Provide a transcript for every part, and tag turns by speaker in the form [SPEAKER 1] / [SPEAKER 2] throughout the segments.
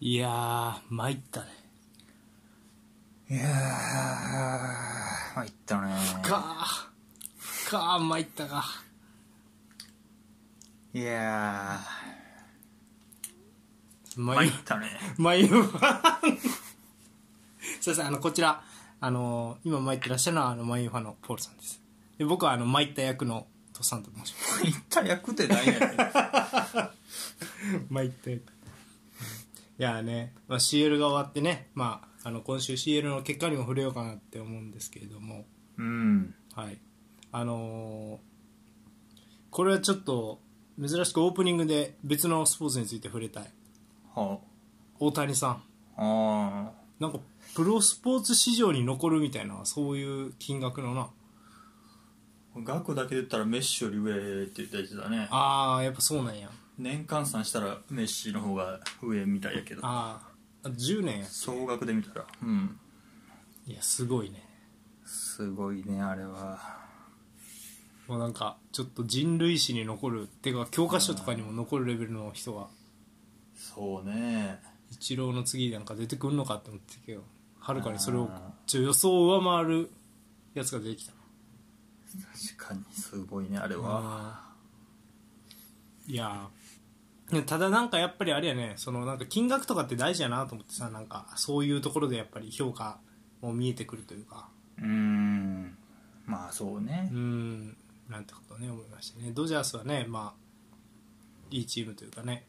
[SPEAKER 1] いやー参ったね
[SPEAKER 2] いやー入ったね
[SPEAKER 1] かーかー参ったか
[SPEAKER 2] いやー
[SPEAKER 1] 参
[SPEAKER 2] 入
[SPEAKER 1] っ
[SPEAKER 2] ったね
[SPEAKER 1] 参るわすいませんあのこちらあの今参ってらっしゃるのはあのマインファのポールさんですで僕はあの参った役のとっさんと申しま
[SPEAKER 2] 入った役ってないやねん
[SPEAKER 1] す 参った役いやーね、まあ、CL が終わってね、まあ、あの今週 CL の結果にも触れようかなって思うんですけれども
[SPEAKER 2] うん
[SPEAKER 1] はいあのーこれはちょっと珍しくオープニングで別のスポーツについて触れたい
[SPEAKER 2] は
[SPEAKER 1] 大谷さん
[SPEAKER 2] ああ
[SPEAKER 1] なんかプロスポーツ市場に残るみたいなそういう金額のな
[SPEAKER 2] 額だけで言ったらメッシより上って言ってたね
[SPEAKER 1] ああやっぱそうなんや
[SPEAKER 2] 年換算したらメッシの方が上みたいやけど
[SPEAKER 1] あーあ10年や
[SPEAKER 2] 総額で見たらうん
[SPEAKER 1] いやすごいね
[SPEAKER 2] すごいねあれは
[SPEAKER 1] もうなんかちょっと人類史に残るてか教科書とかにも残るレベルの人が
[SPEAKER 2] そうね
[SPEAKER 1] イチローの次なんか出てくんのかって思ってたけどはるかにそれをちょ予想を上回るやつが出てきた
[SPEAKER 2] 確かにすごいねあれは
[SPEAKER 1] ないやーいやただなんかやっぱりあれやねそのなんか金額とかって大事やなと思ってさなんかそういうところでやっぱり評価も見えてくるというか
[SPEAKER 2] うんまあそうね
[SPEAKER 1] うーんなんてことをね思いましたねドジャースはねまあいいチームというかね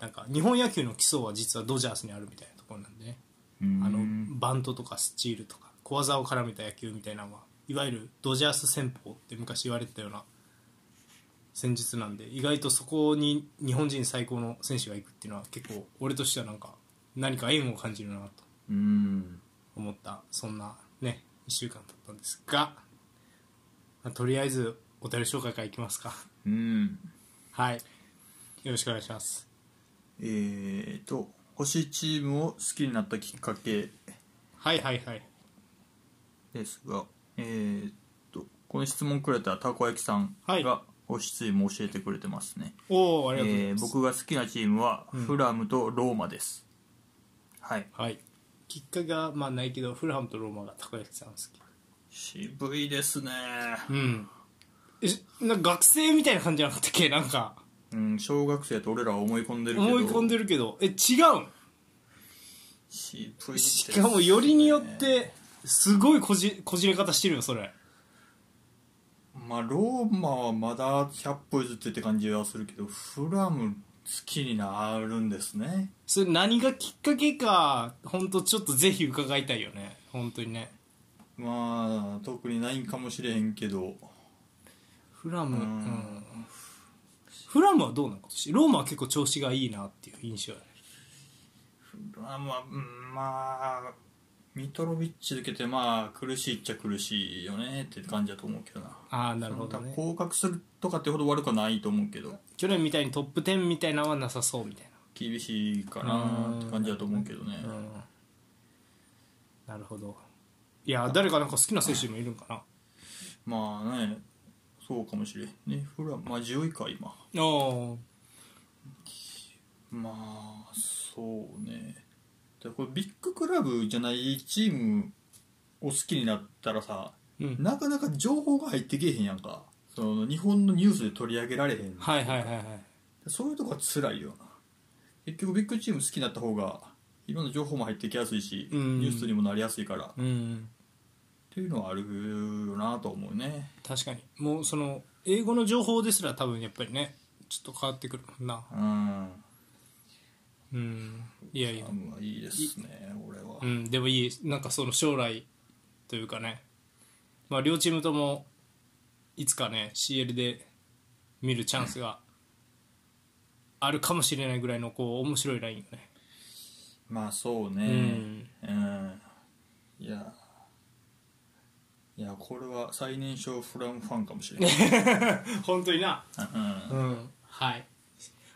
[SPEAKER 1] なんか日本野球の基礎は実はドジャースにあるみたいなところなんでね
[SPEAKER 2] うん
[SPEAKER 1] あのバントとかスチールとか小技を絡めた野球みたいなのはいわゆるドジャース戦法って昔言われてたような戦術なんで意外とそこに日本人最高の選手が行くっていうのは結構俺としてはなんか何か縁を感じるなと
[SPEAKER 2] うん
[SPEAKER 1] 思ったそんなね1週間だったんですが、まあとりあえずお便り紹介からいきますか
[SPEAKER 2] うん
[SPEAKER 1] はいよろしくお願いします
[SPEAKER 2] えーと星チームを好きになったきっかけ
[SPEAKER 1] はいはいはい
[SPEAKER 2] ですがえーとこの質問くれたたこ焼きさん
[SPEAKER 1] はい
[SPEAKER 2] が星チームを教えてくれてますね、
[SPEAKER 1] おおありがとうござい
[SPEAKER 2] えー
[SPEAKER 1] ます、
[SPEAKER 2] 僕が好きなチームはフラムとローマです、はい
[SPEAKER 1] はいきっかけがまあないけどフルハムとローマがたこ焼きさん好き
[SPEAKER 2] 渋いですね
[SPEAKER 1] うんえなんか学生みたいな感じじゃなかったっけなんか
[SPEAKER 2] うん小学生と俺らは思い込んでるけど
[SPEAKER 1] 思い込んで
[SPEAKER 2] る
[SPEAKER 1] るけどえ違
[SPEAKER 2] 渋いで
[SPEAKER 1] う
[SPEAKER 2] す
[SPEAKER 1] し
[SPEAKER 2] ね
[SPEAKER 1] かもよりによってすごいこじこじれ方してるよそれ
[SPEAKER 2] まあローマはまだ100歩譲ってって感じはするけどフラム好きになるんですね
[SPEAKER 1] それ何がきっかけか本当ちょっとぜひ伺いたいよね本当にね
[SPEAKER 2] まあ特にないんかもしれへんけど
[SPEAKER 1] フラムうんフラムはどうなの今年ローマは結構調子がいいなっていう印象やね
[SPEAKER 2] まあまあうんまあミトロビッチ抜けてまあ苦しいっちゃ苦しいよねって感じだと思うけどな
[SPEAKER 1] ああなるほどね
[SPEAKER 2] 降格するとかってほど悪くはないと思うけど
[SPEAKER 1] 去年みたいにトップ10みたいなのはなさそうみたいな
[SPEAKER 2] 厳しいかなって感じだと思うけどね
[SPEAKER 1] うんなるほどいや誰かなんか好きな選手もいるんかな
[SPEAKER 2] まあねそうかもしれんねフラまあ10位か今
[SPEAKER 1] おー
[SPEAKER 2] まあそうねだからこれビッグクラブじゃないチームを好きになったらさ
[SPEAKER 1] うん
[SPEAKER 2] なかなか情報が入ってけえへんやんかその日本のニュースで取り上げられへん
[SPEAKER 1] はいはいはいはい
[SPEAKER 2] そういうとこは辛いよな結局ビッグチーム好きになった方がいろんな情報も入ってきやすいし、
[SPEAKER 1] うん
[SPEAKER 2] ニュースにもなりやすいからっ
[SPEAKER 1] うん
[SPEAKER 2] ていうのはあるよなと思うね
[SPEAKER 1] 確かにもうその英語の情報ですら多分やっぱりねちょっと変わってくるもんな
[SPEAKER 2] うん
[SPEAKER 1] うんいやいや
[SPEAKER 2] フラムはいいですね俺は
[SPEAKER 1] うんでもいいなんかその将来というかねまあ両チームともいつかね CL で見るチャンスがあるかもしれないぐらいのこう面白いラインよね
[SPEAKER 2] まあそうね
[SPEAKER 1] うん
[SPEAKER 2] うんいやいやこれは最年少フラムファンかもしれない、
[SPEAKER 1] 本当にな
[SPEAKER 2] うん、ありがとう
[SPEAKER 1] うんはい、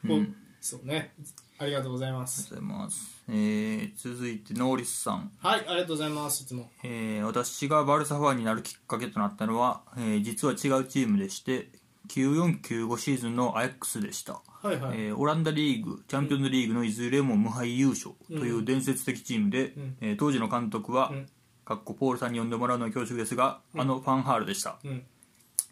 [SPEAKER 1] お
[SPEAKER 2] うん
[SPEAKER 1] そうねありがとうございます
[SPEAKER 2] ございます、えー続いてノーリスさん、
[SPEAKER 1] はいありがとうございますいつも
[SPEAKER 2] えー私がバルサファンになるきっかけとなったのは、えー実は違うチームでして9495シーズンのアヤックスでした、
[SPEAKER 1] はいはい、
[SPEAKER 2] えーオランダリーグチャンピオンズリーグのいずれも無敗優勝という伝説的チームで、
[SPEAKER 1] ん
[SPEAKER 2] えー当時の監督は、
[SPEAKER 1] うん
[SPEAKER 2] かっこポールさんに呼んでもらうのは恐縮ですが、あのファンハールでした
[SPEAKER 1] うん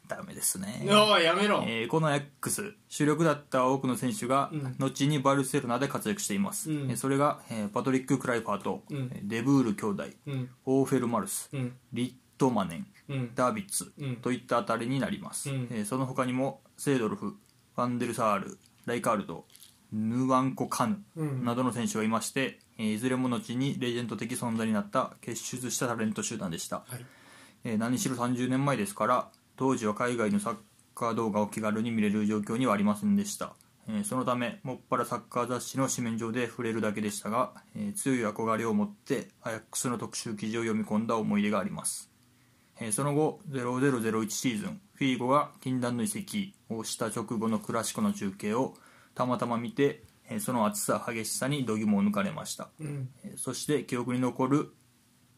[SPEAKER 2] ダメですね
[SPEAKER 1] おいやめろ、
[SPEAKER 2] えーこの X 主力だった多くの選手が、
[SPEAKER 1] うん
[SPEAKER 2] 後にバルセロナで活躍しています、
[SPEAKER 1] うん
[SPEAKER 2] えーそれが、えーパトリック・クライファーと、
[SPEAKER 1] うん
[SPEAKER 2] えーデブール兄弟
[SPEAKER 1] うん
[SPEAKER 2] オーフェル・マルス
[SPEAKER 1] うん
[SPEAKER 2] リットマネン
[SPEAKER 1] うん
[SPEAKER 2] ダービッツ
[SPEAKER 1] うん
[SPEAKER 2] といったあたりになります、
[SPEAKER 1] うん
[SPEAKER 2] えーその他にもセードルフファンデルサールライカールドヌワンコ・カヌ
[SPEAKER 1] うん
[SPEAKER 2] などの選手がいまして、えーいずれも後にレジェンド的存在になった結出したタレント集団でした、
[SPEAKER 1] はい
[SPEAKER 2] えー何しろ30年前ですから当時は海外のサッカー動画を気軽に見れる状況にはありませんでした、えーそのためもっぱらサッカー雑誌の紙面上で触れるだけでしたが、えー強い憧れを持ってアヤックスの特集記事を読み込んだ思い出があります、えーその後0001シーズンフィーゴが禁断の移籍をした直後のクラシコの中継をたまたま見て、えーその熱さ激しさに度肝を抜かれました
[SPEAKER 1] うん
[SPEAKER 2] えーそして記憶に残る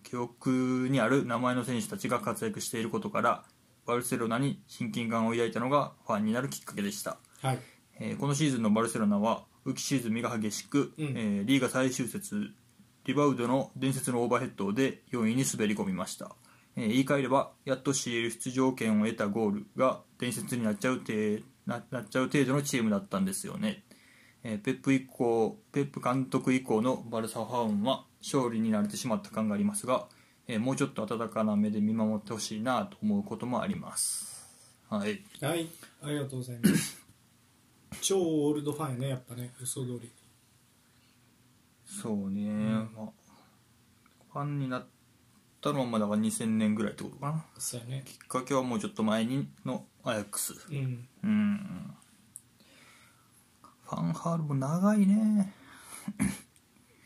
[SPEAKER 2] 記憶にある名前の選手たちが活躍していることからバルセロナに親近感を抱いたのがファンになるきっかけでした、
[SPEAKER 1] はい
[SPEAKER 2] えーこのシーズンのバルセロナは浮き沈みが激しく、
[SPEAKER 1] うん
[SPEAKER 2] えーリーガ最終節リバウドの伝説のオーバーヘッドで4位に滑り込みました、えー言い換えればやっと CL 出場権を得たゴールが伝説になっちゃうてななっちゃう程度のチームだったんですよねえーペップ以降ペップ監督以降のバルサファンは勝利に慣れてしまった感がありますが、えーもうちょっと温かな目で見守ってほしいなと思うこともありますはい
[SPEAKER 1] はいありがとうございます超オールドファンやねやっぱね嘘通り
[SPEAKER 2] そうね、まあファンになったのはまだ2000年ぐらいってことかな
[SPEAKER 1] そうやね
[SPEAKER 2] きっかけはもうちょっと前にのアヤックス
[SPEAKER 1] うん
[SPEAKER 2] うんファンハールも長いね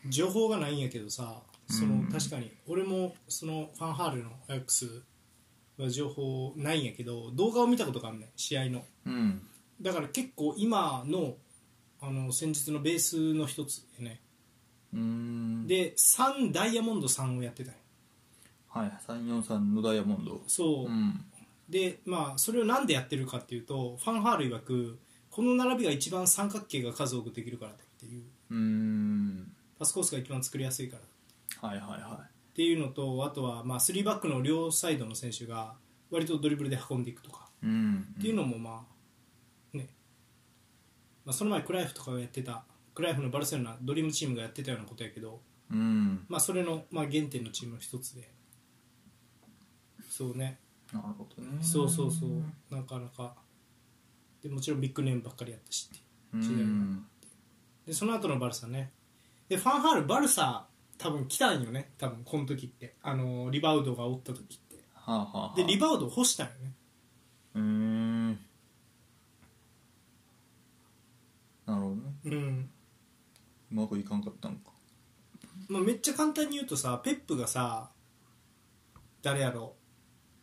[SPEAKER 1] 情報がないんやけどさそうの
[SPEAKER 2] ん
[SPEAKER 1] 確かに俺もそのファンハールのアヤックスは情報ないんやけど動画を見たことがあるねん試合の
[SPEAKER 2] うん
[SPEAKER 1] だから結構今のあの戦術のベースの一つでね
[SPEAKER 2] うん
[SPEAKER 1] で3ダイヤモンド3をやってたんよ
[SPEAKER 2] はい343のダイヤモンド
[SPEAKER 1] そう、
[SPEAKER 2] うん
[SPEAKER 1] でまあそれをなんでやってるかっていうとファンハール曰くこの並びが一番三角形が数多くできるからだっていう
[SPEAKER 2] うん
[SPEAKER 1] パスコースが一番作りやすいから
[SPEAKER 2] はいはいは
[SPEAKER 1] っていうのとあとはまあ3バックの両サイドの選手が割とドリブルで運んでいくとか
[SPEAKER 2] いうん
[SPEAKER 1] っていうのもまあね、まあ、その前クライフとかがやってたクライフのバルセロナドリームチームがやってたようなことやけど
[SPEAKER 2] うん
[SPEAKER 1] まあそれのまあ原点のチームの一つでそうね
[SPEAKER 2] なるほどね
[SPEAKER 1] そうそうそうなかなかでもちろんビッグネームばっかりやったしっていう
[SPEAKER 2] う
[SPEAKER 1] 時代が
[SPEAKER 2] ん
[SPEAKER 1] でその後のバルサねでファンハールバルサ多分来たんよね多分この時ってあのリバウドがおった時って
[SPEAKER 2] はあはあはあ
[SPEAKER 1] でリバウドを干したんよね
[SPEAKER 2] うんなるほどね
[SPEAKER 1] うん、
[SPEAKER 2] うまくいかんかったのか
[SPEAKER 1] まあ、めっちゃ簡単に言うとさペップがさ誰やろ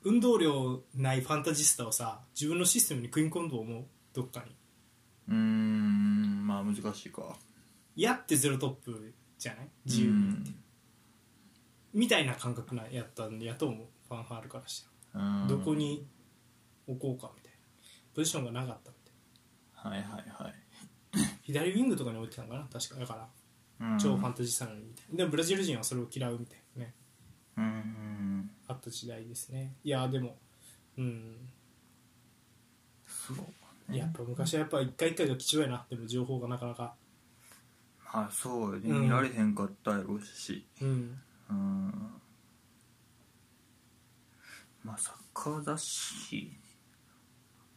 [SPEAKER 1] う運動量ないファンタジスタをさ自分のシステムに食い込んどう思うどっかに
[SPEAKER 2] うーんまあ難しいか
[SPEAKER 1] やってゼロトップじゃない自由
[SPEAKER 2] う
[SPEAKER 1] に
[SPEAKER 2] ん
[SPEAKER 1] みたいな感覚なやったんやと思うファンハールからしたら
[SPEAKER 2] うん
[SPEAKER 1] どこに置こうかみたいなポジションがなかったみたい
[SPEAKER 2] はいはいはい
[SPEAKER 1] な左ウィングとかに置いてたのかな確かだから
[SPEAKER 2] うん
[SPEAKER 1] 超ファンタジーさなのにみたいなでもブラジル人はそれを嫌うみたいなね
[SPEAKER 2] うん
[SPEAKER 1] あった時代ですねいやでもうん
[SPEAKER 2] そうね
[SPEAKER 1] やっぱ昔はやっぱ一回一回が貴重やなでも情報がなかなか
[SPEAKER 2] まあそうよね
[SPEAKER 1] うん
[SPEAKER 2] 見られへんかったやろうし
[SPEAKER 1] うん
[SPEAKER 2] うんまあサッカー雑誌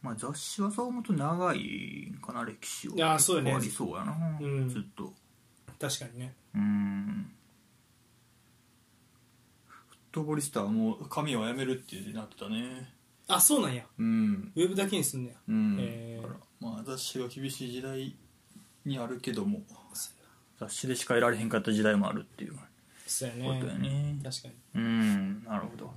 [SPEAKER 2] まあ雑誌はそう思うと長いんかな歴史を
[SPEAKER 1] いやーそうよね
[SPEAKER 2] ありそうやな、
[SPEAKER 1] うん
[SPEAKER 2] ずっと
[SPEAKER 1] 確かにね
[SPEAKER 2] うんフットボリスタはもう髪をやめるってなってたね
[SPEAKER 1] あそうなんや
[SPEAKER 2] うん
[SPEAKER 1] ウェブだけにすんねや
[SPEAKER 2] うん、
[SPEAKER 1] えー
[SPEAKER 2] だからまあ雑誌が厳しい時代にあるけども
[SPEAKER 1] そうやな
[SPEAKER 2] 雑誌でしか得られへんかった時代もあるっていうこ
[SPEAKER 1] そうや
[SPEAKER 2] とや
[SPEAKER 1] ね
[SPEAKER 2] ね
[SPEAKER 1] 確かに
[SPEAKER 2] うんなるほど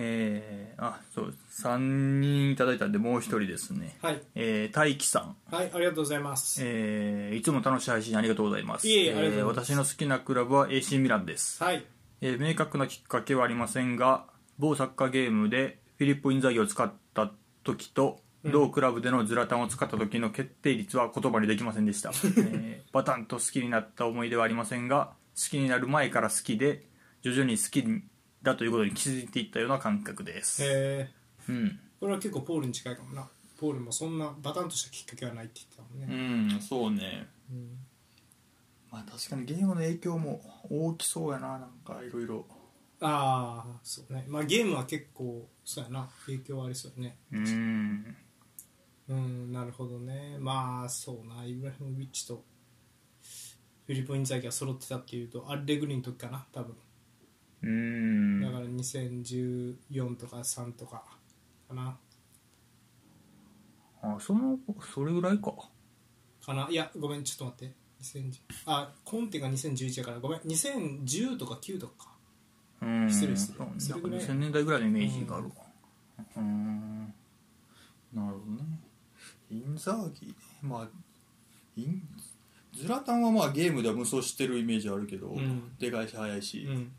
[SPEAKER 2] えー、あそう3人いただいたんでもう1人ですね、
[SPEAKER 1] はい
[SPEAKER 2] えー大樹さん
[SPEAKER 1] はいありがとうございます
[SPEAKER 2] えーいつも楽しい配信ありがとうございます
[SPEAKER 1] いえいえありがとうございます
[SPEAKER 2] えー私の好きなクラブは AC ミランです、
[SPEAKER 1] はい
[SPEAKER 2] えー明確なきっかけはありませんが某サッカーゲームでフィリップ・インザギを使った時と同クラブでのズラタンを使った時の決定率は言葉にできませんで した、えーバタンと好きになった思い出はありませんが好きになる前から好きで徐々に好きだということに気づいていったような感覚です、
[SPEAKER 1] え
[SPEAKER 2] うん
[SPEAKER 1] これは結構ポールに近いかもなポールもそんなバタンとしたきっかけはないって言ってたもんね、
[SPEAKER 2] うんそうね
[SPEAKER 1] うん
[SPEAKER 2] まあ確かにゲームの影響も大きそうやななんかいろいろ
[SPEAKER 1] ああそうねまあゲームは結構そうやな影響はありそうやね
[SPEAKER 2] うん
[SPEAKER 1] うんなるほどねまあそうなイブラヒモビッチとフィリッポ・インザーキが揃ってたっていうとアレグリの時かな多分
[SPEAKER 2] うん
[SPEAKER 1] だから2014とか3とかかな
[SPEAKER 2] あそのそれぐらいか
[SPEAKER 1] かないやごめんちょっと待って2010あコンテが2011やからごめん2010とか9とかか
[SPEAKER 2] うん
[SPEAKER 1] 失礼する
[SPEAKER 2] そう
[SPEAKER 1] それぐら
[SPEAKER 2] なん
[SPEAKER 1] い
[SPEAKER 2] か2000年代ぐらいのイメージがあるわうんなるほどねインザーギまあインズラタンはまあゲームでは無双してるイメージあるけど、
[SPEAKER 1] うん
[SPEAKER 2] でかいし速いうし、
[SPEAKER 1] ん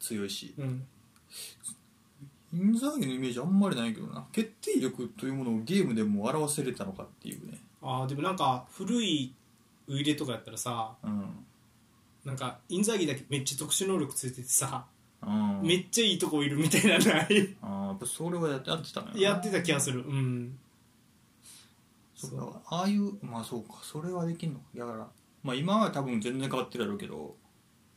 [SPEAKER 2] 強いし
[SPEAKER 1] うん
[SPEAKER 2] インザーギのイメージあんまりないけどな決定力というものをゲームでも表せれたのかっていうね
[SPEAKER 1] あーでもなんか古いウイレとかやったらさ
[SPEAKER 2] うん
[SPEAKER 1] なんかインザーギだけめっちゃ特殊能力ついててさ、
[SPEAKER 2] あ
[SPEAKER 1] めっちゃいいとこいるみたいなのない
[SPEAKER 2] あーやっぱそれはやってやってたのよな
[SPEAKER 1] やってた気がするうん
[SPEAKER 2] そ
[SPEAKER 1] そう
[SPEAKER 2] うかああいうまあそうかそれはできんのかだからまあ今は多分全然変わってるだろうけど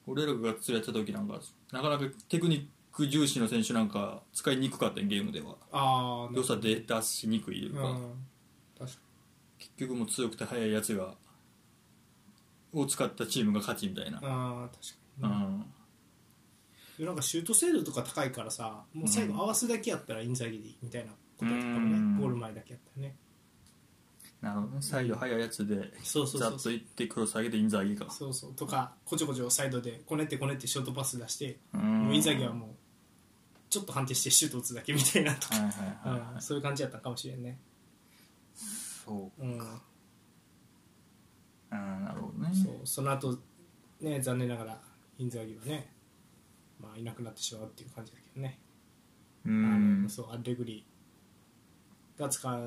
[SPEAKER 2] 俺らが釣りやってた時なんかなかなかテクニック重視の選手なんか使いにくかったねゲームでは
[SPEAKER 1] ああ
[SPEAKER 2] 良さ出だしにくいという
[SPEAKER 1] う
[SPEAKER 2] か、
[SPEAKER 1] ん確か
[SPEAKER 2] 結局もう強くて速いやつがを使ったチームが勝ちみたいな
[SPEAKER 1] にあー確
[SPEAKER 2] う
[SPEAKER 1] かに、
[SPEAKER 2] ん
[SPEAKER 1] でなんかシュート精度とか高いからさもう最後合わすだけやったらインザーギでいいみたいなことやったからね、
[SPEAKER 2] うん
[SPEAKER 1] ゴール前だけやったらね
[SPEAKER 2] なるほどねサイド速いやつで
[SPEAKER 1] そうそう
[SPEAKER 2] ざ
[SPEAKER 1] そう
[SPEAKER 2] っといってクロス上げてインザーギか
[SPEAKER 1] そうそうとかこちょこちょサイドでこねってこねってショートパス出して、
[SPEAKER 2] うん
[SPEAKER 1] もうインザーギはもうちょっと判定してシュート打つだけみたいなと
[SPEAKER 2] はい
[SPEAKER 1] か、
[SPEAKER 2] はいはい、はい
[SPEAKER 1] うん、そういう感じやったかもしれんね、
[SPEAKER 2] そう
[SPEAKER 1] うん、
[SPEAKER 2] うんなるほどね
[SPEAKER 1] そうその後ね残念ながらインザーギはね、まあ、いなくなってしまうっていう感じだけどね、
[SPEAKER 2] う
[SPEAKER 1] あ
[SPEAKER 2] ん
[SPEAKER 1] のそうアレグリが使わ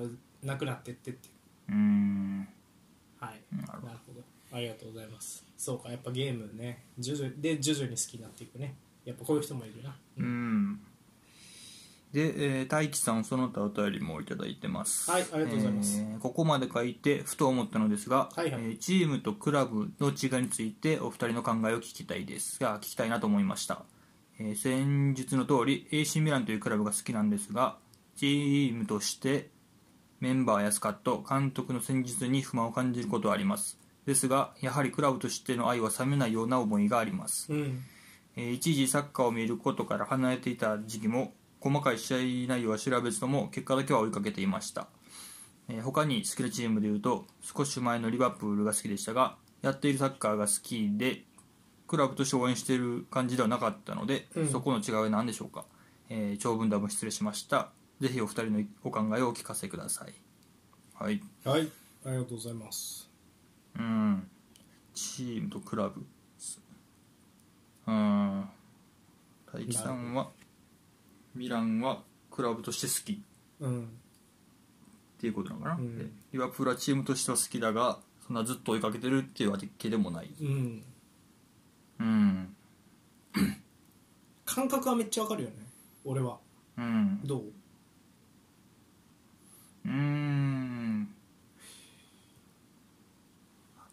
[SPEAKER 1] なくなってってっていう
[SPEAKER 2] うん
[SPEAKER 1] はい
[SPEAKER 2] なるほど
[SPEAKER 1] なるほどありがとうございますそうかやっぱゲームね徐々で徐々に好きになっていくねやっぱこういう人もいるな
[SPEAKER 2] うん。で、えー、大輝さんその他お便りもいただいてます
[SPEAKER 1] はいありがとうございます
[SPEAKER 2] えーここまで書いてふと思ったのですが、
[SPEAKER 1] はいはい
[SPEAKER 2] えーチームとクラブの違いについてお二人の考えを聞きたいですが聞きたいなと思いました、えー先日の通り AC ミランというクラブが好きなんですがチームとしてメンバーやスカット監督の戦術に不満を感じることはありますですがやはりクラブとしての愛は冷めないような思いがあります
[SPEAKER 1] うん
[SPEAKER 2] えー一時サッカーを見ることから離れていた時期も細かい試合内容は調べずとも結果だけは追いかけていました、えー他に好きなチームでいうと少し前のリバプールが好きでしたがやっているサッカーが好きでクラブとして応援している感じではなかったので、
[SPEAKER 1] うん
[SPEAKER 2] そこの違いは何でしょうか、えー長文だも失礼しましたぜひお二人のお考えをお聞かせくださいはい
[SPEAKER 1] はいありがとうございます
[SPEAKER 2] うんチームとクラブうん大樹さんはミランはクラブとして好きっ
[SPEAKER 1] うん
[SPEAKER 2] ていうことなのかな、
[SPEAKER 1] うん
[SPEAKER 2] でリバプールはチームとしては好きだがそんなずっと追いかけてるっていうわけでもない
[SPEAKER 1] うん
[SPEAKER 2] うん
[SPEAKER 1] 感覚はめっちゃわかるよね俺は
[SPEAKER 2] うん
[SPEAKER 1] どう
[SPEAKER 2] うん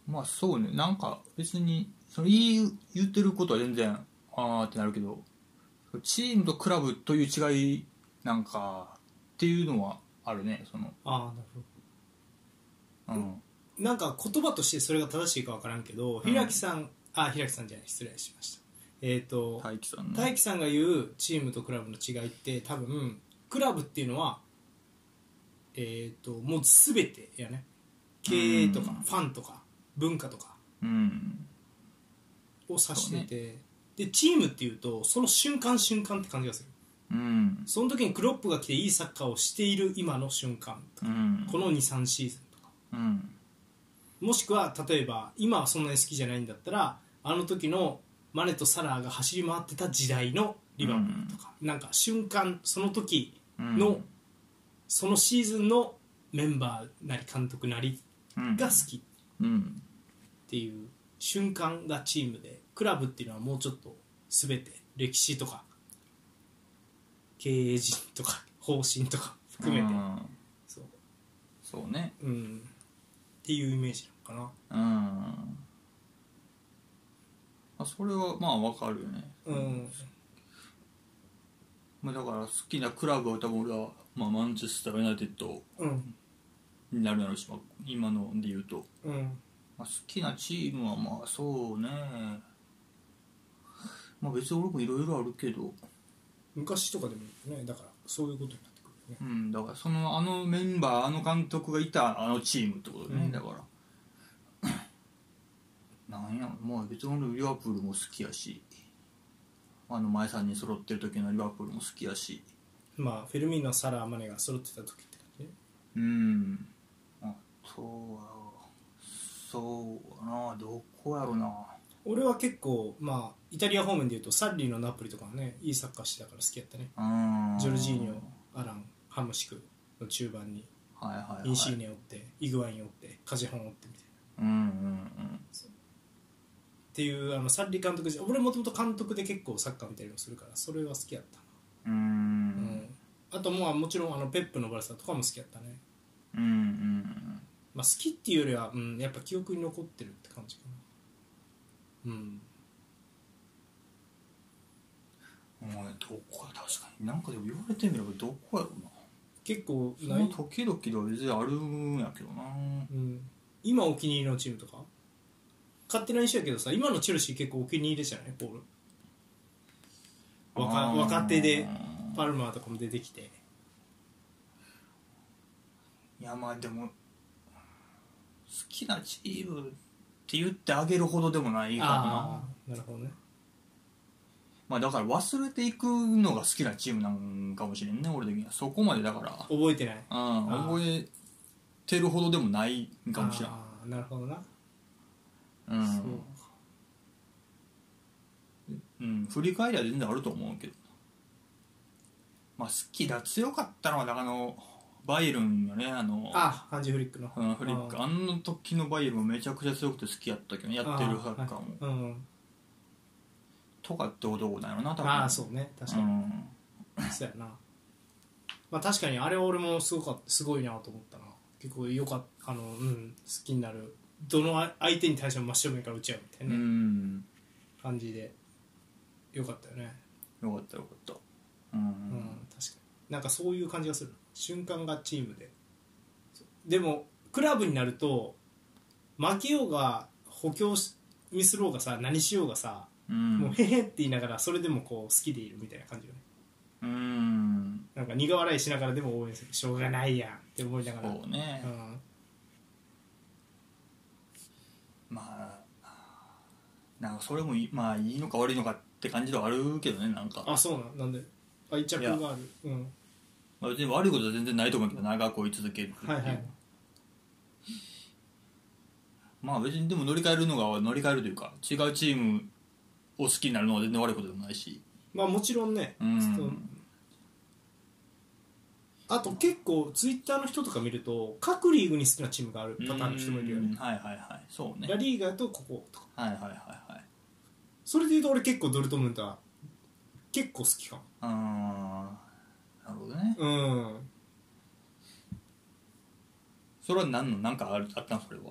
[SPEAKER 2] まあそうねなんか別にその言い言ってることは全然ああってなるけどチームとクラブという違いなんかっていうのはあるねその
[SPEAKER 1] ああなるほど
[SPEAKER 2] うん
[SPEAKER 1] なんか言葉としてそれが正しいかわからんけど、
[SPEAKER 2] うん
[SPEAKER 1] 平木さんあ平木さんじゃない失礼しましたえっ、と
[SPEAKER 2] 大輝さん
[SPEAKER 1] 大
[SPEAKER 2] ね
[SPEAKER 1] 樹さんが言うチームとクラブの違いって多分クラブっていうのはえっ、ともう全てやね経営とか
[SPEAKER 2] うん
[SPEAKER 1] ファンとか文化とか
[SPEAKER 2] うん
[SPEAKER 1] を指してて、でチームっていうとその瞬間瞬間って感じがする
[SPEAKER 2] うん
[SPEAKER 1] その時にクロップが来ていいサッカーをしている今の瞬間と
[SPEAKER 2] う
[SPEAKER 1] か、
[SPEAKER 2] ん
[SPEAKER 1] この23シーズンとか
[SPEAKER 2] うん
[SPEAKER 1] もしくは例えば今はそんなに好きじゃないんだったらあの時のマネとサラーが走り回ってた時代のリバプールとか、なんか瞬間その時
[SPEAKER 2] うん
[SPEAKER 1] のそのシーズンのメンバーなり監督なり
[SPEAKER 2] うん
[SPEAKER 1] が好きっ
[SPEAKER 2] うん
[SPEAKER 1] ていう瞬間がチームでクラブっていうのはもうちょっと全て歴史とか経営陣とか方針とか含めて
[SPEAKER 2] うん
[SPEAKER 1] そ
[SPEAKER 2] そうね
[SPEAKER 1] う、うん、っていうイメージなのか
[SPEAKER 2] うんあそれはまあわかるよね、
[SPEAKER 1] な、うん、
[SPEAKER 2] まあ、だから好きなクラブは多分俺は、まあ、マンチェスター・ユナイテッド
[SPEAKER 1] うん
[SPEAKER 2] になるだろうし、まあ、今ので言うと、
[SPEAKER 1] うん
[SPEAKER 2] まあ、好きなチームはまあそうねまあ別に俺もいろいろあるけど
[SPEAKER 1] 昔とかでもねだからそういうことになってくるよね
[SPEAKER 2] うんだからそのあのメンバーあの監督がいたあのチームってことだね、
[SPEAKER 1] うん
[SPEAKER 2] だから なんやろまあ別に俺リバプールも好きやしあの前さんに揃ってる時のリバプールも好きやし
[SPEAKER 1] まあフェルミーノサラーマネが揃ってた時って感じね
[SPEAKER 2] うんあとはそうやなどこやろな
[SPEAKER 1] 俺は結構まあイタリア方面でいうとサッリーのナポリとかはねいいサッカーしてたから好きやったね
[SPEAKER 2] うん
[SPEAKER 1] ジョルジーニョアランハムシクの中盤に
[SPEAKER 2] はいはい、はい、
[SPEAKER 1] インシーネ追って、イグワイン追ってカジハン追ってみたいな
[SPEAKER 2] うんうん
[SPEAKER 1] っていうあのサッリー監督時俺もともと監督で結構サッカー見たりもするからそれは好きやったな
[SPEAKER 2] うんう
[SPEAKER 1] う
[SPEAKER 2] ん
[SPEAKER 1] ん、あともうもちろんあのペップのバルサとかも好きやったね、
[SPEAKER 2] うんうん
[SPEAKER 1] まあ、好きっていうよりは、うん、やっぱ記憶に残ってるって感じかなうん
[SPEAKER 2] お前どこや確かになんかでも言われてみればどこやろな
[SPEAKER 1] 結構
[SPEAKER 2] そ
[SPEAKER 1] な
[SPEAKER 2] の
[SPEAKER 1] い、
[SPEAKER 2] 時々では別にあるんやけどな
[SPEAKER 1] うん、今お気に入りのチームとか勝手な印象やけどさ今のチェルシー結構お気に入りじゃないポール若
[SPEAKER 2] あー
[SPEAKER 1] 若手でパルマーとかも出てきて
[SPEAKER 2] いやまあでも好きなチームって言ってあげるほどでもないか
[SPEAKER 1] あ
[SPEAKER 2] な
[SPEAKER 1] あなるほどね
[SPEAKER 2] まあだから忘れていくのが好きなチームなんかもしれんね俺的にはそこまでだから
[SPEAKER 1] 覚えてない
[SPEAKER 2] うん
[SPEAKER 1] あー
[SPEAKER 2] 覚えてるほどでもないんかもしれん
[SPEAKER 1] ああなるほどな
[SPEAKER 2] う、
[SPEAKER 1] そうん
[SPEAKER 2] うん、振り返りは全然あると思うけどまあ好きだ強かったのはだからあのバイエルンよねあの
[SPEAKER 1] あハンジフリックの
[SPEAKER 2] うん、フリックあの時のバイエルンめちゃくちゃ強くて好きやったけどねやってるサッカーも、
[SPEAKER 1] あーはいうん
[SPEAKER 2] とかって男だよな多分
[SPEAKER 1] ああそうね確かに、
[SPEAKER 2] うん
[SPEAKER 1] そうやなまあ確かにあれは俺もすごかすごいなと思ったな結構よかったあのうん好きになるどのあ相手に対しても真正面から打ち合うみたいうなね
[SPEAKER 2] ん
[SPEAKER 1] 感じでよかったよね
[SPEAKER 2] よかったよかったうん、
[SPEAKER 1] うん、確かになんかそういう感じがする瞬間がチームでそうでもクラブになると負けようが補強しミスろうがさ何しようがさ、
[SPEAKER 2] うん
[SPEAKER 1] もうへへって言いながらそれでもこう好きでいるみたいな感じよね
[SPEAKER 2] うん
[SPEAKER 1] なんか苦笑いしながらでも応援するしょうがないやんって思いながら
[SPEAKER 2] そうね、
[SPEAKER 1] うん
[SPEAKER 2] まあなんかそれもいい,、まあ、いいのか悪いのかって感じではあるけどねなんか
[SPEAKER 1] あそうなんなんで愛着があるうん
[SPEAKER 2] まあ、別に悪いことは全然ないと思うけど長く追い続けるっていう、
[SPEAKER 1] はいはい
[SPEAKER 2] まあ別にでも乗り換えるのが乗り換えるというか違うチームを好きになるのは全然悪いことでもないし
[SPEAKER 1] まあもちろんね、
[SPEAKER 2] うん
[SPEAKER 1] ちょっとあと結構ツイッターの人とか見ると各リーグに好きなチームがあるパターンの人もいるよ
[SPEAKER 2] う
[SPEAKER 1] ね
[SPEAKER 2] んはいはいはいそうね
[SPEAKER 1] ラリーガとこことか
[SPEAKER 2] はいはいはいはい
[SPEAKER 1] それでいうと俺結構ドルトムントは結構好きかも
[SPEAKER 2] あーなるほどね
[SPEAKER 1] うん
[SPEAKER 2] それは何の何かあるあったんそれは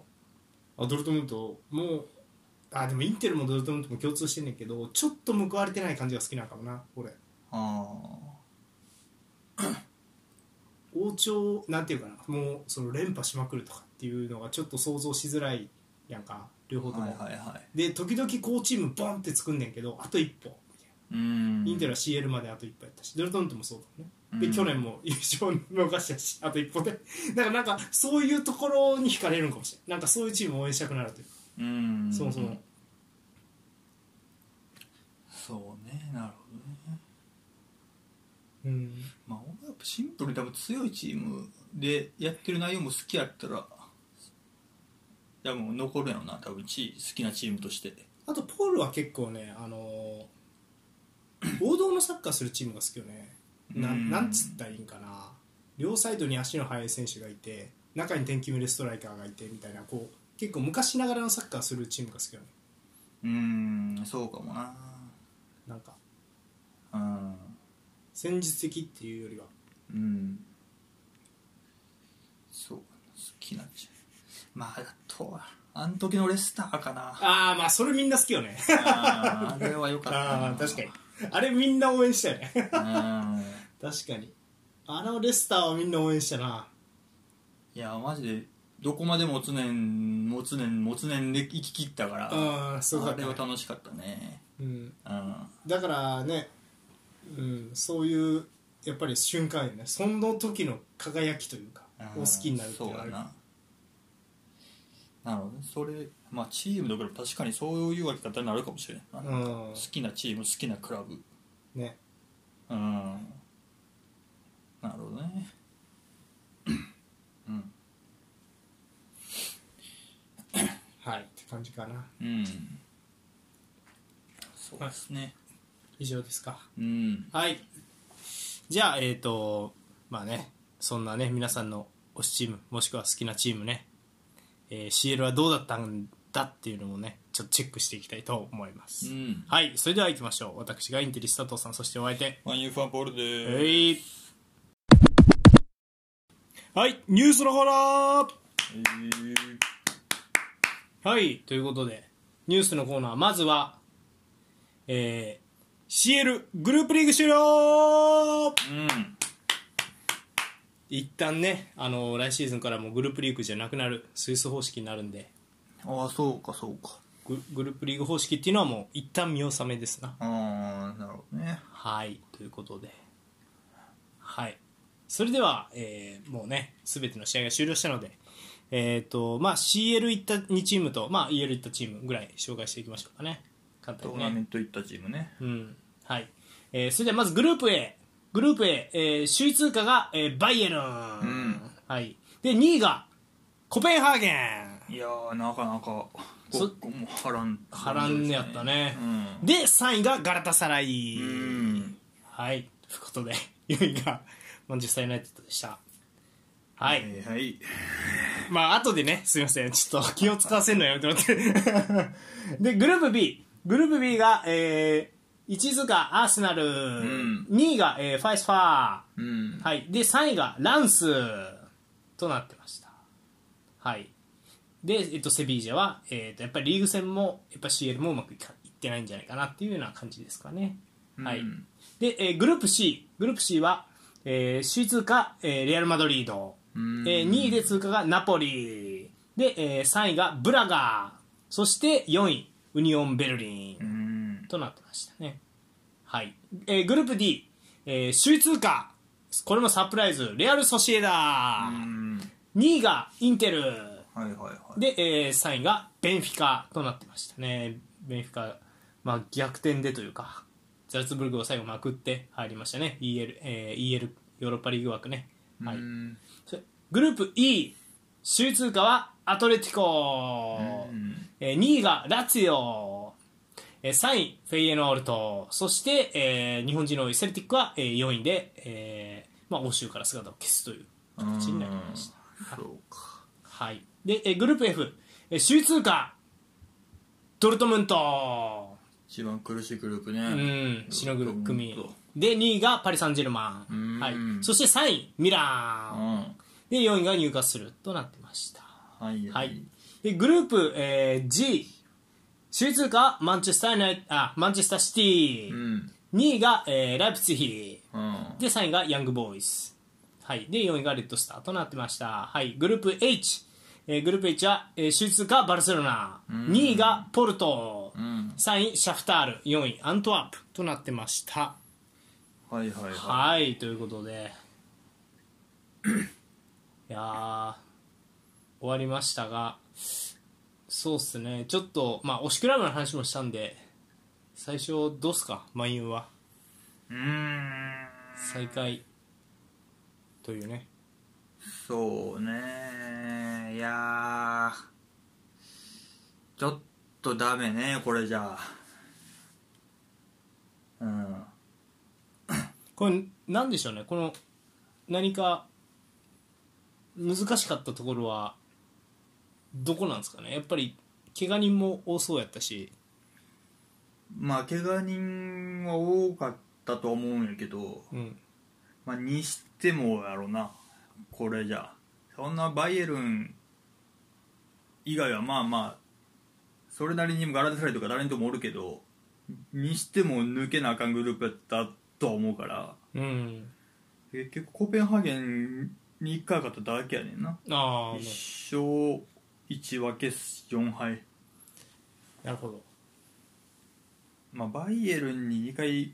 [SPEAKER 1] あドルトムントもうあでもインテルもドルトムントも共通してんねんけどちょっと報われてない感じが好きなんかもな俺
[SPEAKER 2] あ
[SPEAKER 1] 王朝なんていうかなもうその連覇しまくるとかっていうのがちょっと想像しづらいやんか両
[SPEAKER 2] あ
[SPEAKER 1] 方とも、
[SPEAKER 2] はいはいはい
[SPEAKER 1] で時々こうチームボンって作んねんけどあと一歩みたいな
[SPEAKER 2] うん
[SPEAKER 1] インテルは CL まであと一歩やったしドルトムントもそうだねで、
[SPEAKER 2] うん
[SPEAKER 1] 去年も優勝逃したしあと一歩で だからなんかそういうところに惹かれるんかもしれないなんかそういうチームを応援したくなるというか、
[SPEAKER 2] うん
[SPEAKER 1] そもそも
[SPEAKER 2] そうねなるほどね
[SPEAKER 1] うん
[SPEAKER 2] まあ、俺はやっぱシンプルに多分強いチームでやってる内容も好きやったら多分残るやろな多分チ好きなチームとして
[SPEAKER 1] あとポールは結構ねあの ー王道のサッカーするチームが好きよねな
[SPEAKER 2] うん
[SPEAKER 1] なんつったらいいんかな両サイドに足の速い選手がいて中に天気見るストライカーがいてみたいなこう結構昔ながらのサッカーするチームが好きなの
[SPEAKER 2] うーんそうかもな
[SPEAKER 1] なんか
[SPEAKER 2] うん
[SPEAKER 1] 戦術的っていうよりは
[SPEAKER 2] うんそう好きなんじゃまああとはあの時のレスターかな
[SPEAKER 1] ああまあそれみんな好きよね
[SPEAKER 2] あーあれは良かったな
[SPEAKER 1] ああ確かにあれみんな応援したよね
[SPEAKER 2] うん
[SPEAKER 1] 確かにあのレスターはみんな応援したない
[SPEAKER 2] やマジでどこまでもつねんもつねんもつねんで行き切ったから
[SPEAKER 1] あーすごかっ
[SPEAKER 2] あ
[SPEAKER 1] た
[SPEAKER 2] れ
[SPEAKER 1] ね
[SPEAKER 2] は楽しかったね
[SPEAKER 1] うん
[SPEAKER 2] うん
[SPEAKER 1] だからね、うん、そういうやっぱり瞬間よねその時の輝きというかを好きになるってい
[SPEAKER 2] そう
[SPEAKER 1] うのは
[SPEAKER 2] だ
[SPEAKER 1] ある
[SPEAKER 2] ななるほどねそれまあチームだから確かにそういう分け方になるかもしれない、好
[SPEAKER 1] うん
[SPEAKER 2] きなチーム好きなクラブ
[SPEAKER 1] ね
[SPEAKER 2] うんなるほどねうん
[SPEAKER 1] はいって感じかな
[SPEAKER 2] うんそうですね、
[SPEAKER 1] 以上ですか
[SPEAKER 2] うん
[SPEAKER 1] はいじゃあえっ、とまあねそんなね皆さんの推しチームもしくは好きなチームね、えー CL はどうだったんだっていうのもねちょっとチェックしていきたいと思います、
[SPEAKER 2] うん
[SPEAKER 1] はいそれでは行きましょう私がインテリス佐藤さんそしてお相手
[SPEAKER 2] ワンユーファンポールでーす
[SPEAKER 1] はいはいニュースのコーナー
[SPEAKER 2] えー
[SPEAKER 1] はいということでニュースのコーナーまずはえー、CL グループリーグ終了
[SPEAKER 2] うん
[SPEAKER 1] 一旦ねあの来シーズンからもうグループリーグじゃなくなるスイス方式になるんで
[SPEAKER 2] ああそうかそうか
[SPEAKER 1] ググループリーグ方式っていうのはもう一旦見納めですな
[SPEAKER 2] ああなるほどね
[SPEAKER 1] はいということではいそれでは、えーもうね全ての試合が終了したのでえっ、とまあ CL いった2チームと、まあ、EL いったチームぐらい紹介していきましょうかね簡単
[SPEAKER 2] ト
[SPEAKER 1] に
[SPEAKER 2] ーナ
[SPEAKER 1] ね
[SPEAKER 2] メント行ったチームね
[SPEAKER 1] うんはいえーそれではまずグループ A グループ A、えー首位通過が、えーバイエルン、
[SPEAKER 2] ん
[SPEAKER 1] はい、で2位がコペンハーゲン
[SPEAKER 2] いやーなかなか
[SPEAKER 1] そ
[SPEAKER 2] そこも波乱
[SPEAKER 1] 波乱やったね
[SPEAKER 2] うん
[SPEAKER 1] で3位がガラタサライ、
[SPEAKER 2] うん
[SPEAKER 1] はいということで4位が マンチェスターユナイテッドでしたはい、
[SPEAKER 2] えーはい
[SPEAKER 1] まあ後でねすいませんちょっと気を使わせるのやめてもらって でグループ B グループ B が、えー、1位通過アーセナル、
[SPEAKER 2] ん
[SPEAKER 1] 2位が、えーファイスファー
[SPEAKER 2] うん
[SPEAKER 1] はい、で3位がランスとなってました、はいでえっと、セビージャは、えっとやっぱりリーグ戦もやっぱ CL もうまくいかいってないんじゃないかなっていうような感じですかね、はい
[SPEAKER 2] うん
[SPEAKER 1] でえーグループ C グループ C は、えー、首位通過、えーレアル・マドリード、
[SPEAKER 2] うん
[SPEAKER 1] えー2位で通過がナポリで、えー3位がブラガーそして4位ウニオン・ベルリン、
[SPEAKER 2] うん
[SPEAKER 1] となってましたね。はい。えーグループ D、えー首位通過。これもサプライズ。レアル・ソシエダ。
[SPEAKER 2] うん
[SPEAKER 1] 2位がインテル。
[SPEAKER 2] はいはいはい
[SPEAKER 1] で、えー3位がベンフィカとなってましたね。ベンフィカ、まあ、逆転でというか、ザルツブルクを最後まくって入りましたね。EL、えー EL ヨーロッパリーグ枠ね。はい。
[SPEAKER 2] うん
[SPEAKER 1] そグループ E、首位通過はアトレティコ。
[SPEAKER 2] うん
[SPEAKER 1] えー2位がラツィオ、えー3位フェイエノールトそして、えー日本人の多いセルティックは、えー4位で、えーまあ、欧州から姿を消すという形になりました、
[SPEAKER 2] そうか
[SPEAKER 1] はい、で、えーグループ F、えー首位通過ドルトムント、
[SPEAKER 2] 一番苦しいグループね
[SPEAKER 1] うん、しのぐ組
[SPEAKER 2] ドルトムント
[SPEAKER 1] で2位がパリ・サンジェルマ
[SPEAKER 2] う
[SPEAKER 1] ン、
[SPEAKER 2] ん
[SPEAKER 1] はい、そして3位ミ
[SPEAKER 2] う
[SPEAKER 1] ラン
[SPEAKER 2] ん
[SPEAKER 1] で4位が入荷するとなってました
[SPEAKER 2] はい
[SPEAKER 1] はい、でグループ、えー G 首位通過はマンチェスターユナイあマンチェスターシティ、
[SPEAKER 2] うん
[SPEAKER 1] 2位が、えーライプツィヒ
[SPEAKER 2] うん
[SPEAKER 1] で3位がヤングボーイズ、はい、で4位がレッドスターとなってました、はい、グループ H、えーグループ H は、えー首位通過はバルセロナ、2位がポルト、
[SPEAKER 2] うん
[SPEAKER 1] 3位シャフタール4位アントワープとなってました
[SPEAKER 2] はいはいは
[SPEAKER 1] はいということでいやー終わりましたがそうっすねちょっとまあ推しクラブの話もしたんで最初どうっすか満遊はい
[SPEAKER 2] うん
[SPEAKER 1] 再開というね
[SPEAKER 2] そうねいやーちょっとダメねこれじゃあうん
[SPEAKER 1] これなんでしょうねこの何か難しかったところはどこなんですかねやっぱり怪我人も多そうやったし
[SPEAKER 2] まあ怪我人は多かったと思うんやけど、
[SPEAKER 1] うん
[SPEAKER 2] まあ、にしてもやろなこれじゃそんなバイエルン以外はまあまあそれなりにガラデサイとか誰にでもおるけどにしても抜けなあかんグループやったとは思うから
[SPEAKER 1] うん
[SPEAKER 2] え結構コペンハーゲンに1回勝っただけやねんな
[SPEAKER 1] ああ、ね
[SPEAKER 2] 1勝1分け4敗
[SPEAKER 1] なるほど
[SPEAKER 2] まあ、バイエルンに2回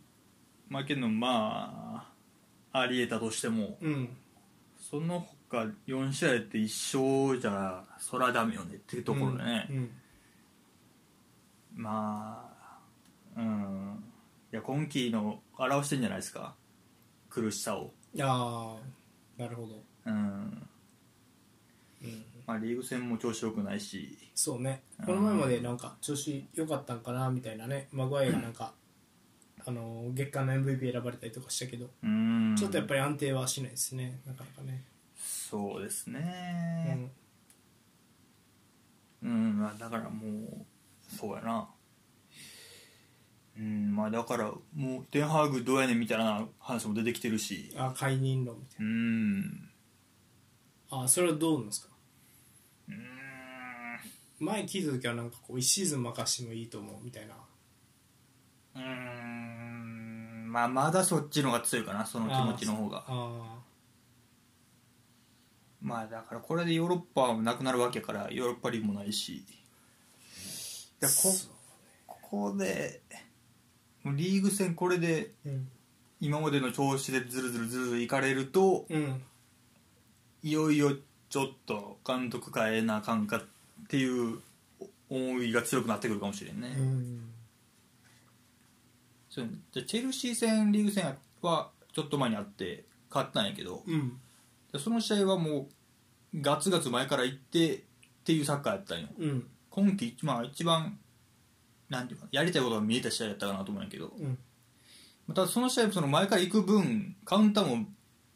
[SPEAKER 2] 負けるのまあありえたとしても
[SPEAKER 1] うん
[SPEAKER 2] その他4試合って1勝じゃそらダメよねっていうところだね、
[SPEAKER 1] うんうん
[SPEAKER 2] まあうんいや今季の表してんじゃないですか苦しさを
[SPEAKER 1] ああなるほど、
[SPEAKER 2] うん、
[SPEAKER 1] うん、
[SPEAKER 2] まあ、リーグ戦も調子良くないし
[SPEAKER 1] そうね
[SPEAKER 2] うん
[SPEAKER 1] この前までなんか調子良かったんかなみたいなねマグワイアがなんか、あのー月間の MVP 選ばれたりとかしたけど
[SPEAKER 2] うん
[SPEAKER 1] ちょっとやっぱり安定はしないですねなかなかね、
[SPEAKER 2] そうです
[SPEAKER 1] う
[SPEAKER 2] ね
[SPEAKER 1] ん、
[SPEAKER 2] うん、まあだからもうそうやなうんまあだからもうテンハーグどうやねんみたいな話も出てきてるし
[SPEAKER 1] あ解任論みたい
[SPEAKER 2] うん
[SPEAKER 1] なあそれはどうなんですか
[SPEAKER 2] うん
[SPEAKER 1] 前聞いた時はなんかこう1シーズン任してもいいと思うみたいな
[SPEAKER 2] うんまあまだそっちの方が強いかなその気持ちの方が
[SPEAKER 1] あ
[SPEAKER 2] まあだからこれでヨーロッパはなくなるわけやからヨーロッパリーグもないし
[SPEAKER 1] あ
[SPEAKER 2] だこここでもうリーグ戦これで
[SPEAKER 1] うん
[SPEAKER 2] 今までの調子でずるずるずるずるいかれると
[SPEAKER 1] うん
[SPEAKER 2] いよいよちょっと監督変えなあかんかっていう思いが強くなってくるかもしれんね、
[SPEAKER 1] うん
[SPEAKER 2] そうじゃあチェルシー戦リーグ戦はちょっと前にあって勝ったんやけど、
[SPEAKER 1] うん
[SPEAKER 2] でその試合はもうガツガツ前から行ってっていうサッカーやったんよ
[SPEAKER 1] うん
[SPEAKER 2] 今季一,、まあ、一番なんていうかやりたいことが見えた試合やったかなと思うんやけど
[SPEAKER 1] うん
[SPEAKER 2] まただその試合その前から行く分カウンターも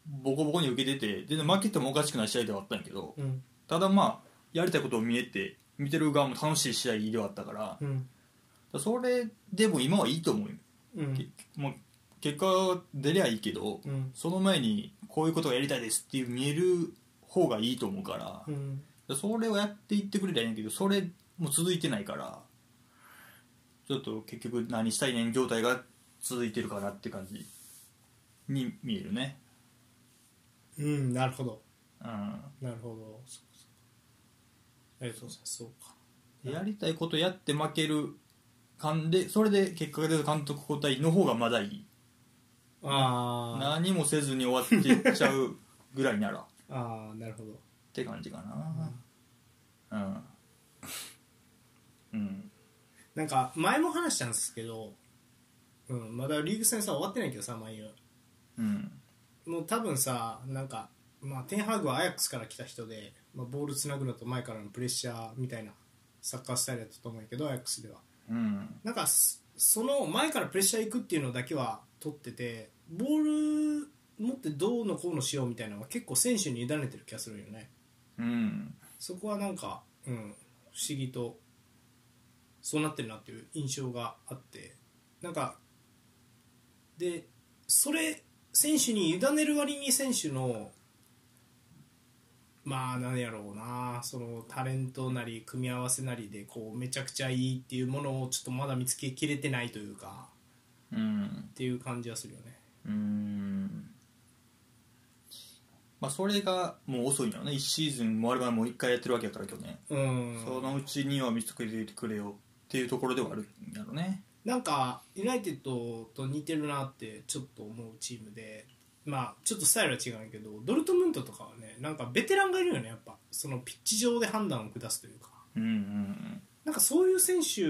[SPEAKER 2] ボコボコに受けてて全然負けてもおかしくない試合ではあったんやけど、
[SPEAKER 1] うん
[SPEAKER 2] ただまあやりたいことを見えて見てる側も楽しい試合ではあったからだか
[SPEAKER 1] うん
[SPEAKER 2] らそれでも今はいいと思うよ、
[SPEAKER 1] うん
[SPEAKER 2] けもう結果出りゃいいけど、
[SPEAKER 1] うん
[SPEAKER 2] その前にこういうことがやりたいですっていう見える方がいいと思うから,、
[SPEAKER 1] うん
[SPEAKER 2] それをやっていってくれりゃいいんやけどそれも続いてないからちょっと結局何したいねん状態が続いてるかなって感じに見えるね
[SPEAKER 1] うんなるほど
[SPEAKER 2] うん
[SPEAKER 1] なるほどそうそうありがとうございますそうか
[SPEAKER 2] やりたいことやって負ける感でそれで結果が出る監督交代の方がまだいい
[SPEAKER 1] あ
[SPEAKER 2] 何もせずに終わっていっちゃうぐらいならっ
[SPEAKER 1] ーあーなるほど
[SPEAKER 2] て感じかなうんうん
[SPEAKER 1] なんか前も話したんですけど、うん、まだリーグ戦さ終わってないけどさマイユ
[SPEAKER 2] うん
[SPEAKER 1] もう多分さなんか、まあ、テンハーグはアヤックスから来た人で、まあ、ボールつなぐのと前からのプレッシャーみたいなサッカースタイルだったと思うんやけどアヤックスでは
[SPEAKER 2] うん
[SPEAKER 1] なんかすその前からプレッシャーいくっていうのだけは取っててボール持ってどうのこうのしようみたいなのは結構選手に委ねてる気がするよね
[SPEAKER 2] うん
[SPEAKER 1] そこはなんか、うん、不思議とそうなってるなっていう印象があってなんかでそれ選手に委ねる割に選手のまあ何やろうなそのタレントなり組み合わせなりでこうめちゃくちゃいいっていうものをちょっとまだ見つけきれてないというか
[SPEAKER 2] うん
[SPEAKER 1] っていう感じはするよね。
[SPEAKER 2] うんまあそれがもう遅いんだよね1シーズンもあればもう1回やってるわけやから去年、
[SPEAKER 1] うん、
[SPEAKER 2] そのうちには見せてくれてくれよっていうところではあるんだろうね
[SPEAKER 1] なんかユナイテッドと似てるなってちょっと思うチームでまあちょっとスタイルは違うんやけどドルトムントとかはねなんかベテランがいるよねやっぱそのピッチ上で判断を下すというか
[SPEAKER 2] うんうん
[SPEAKER 1] なんかそういう選手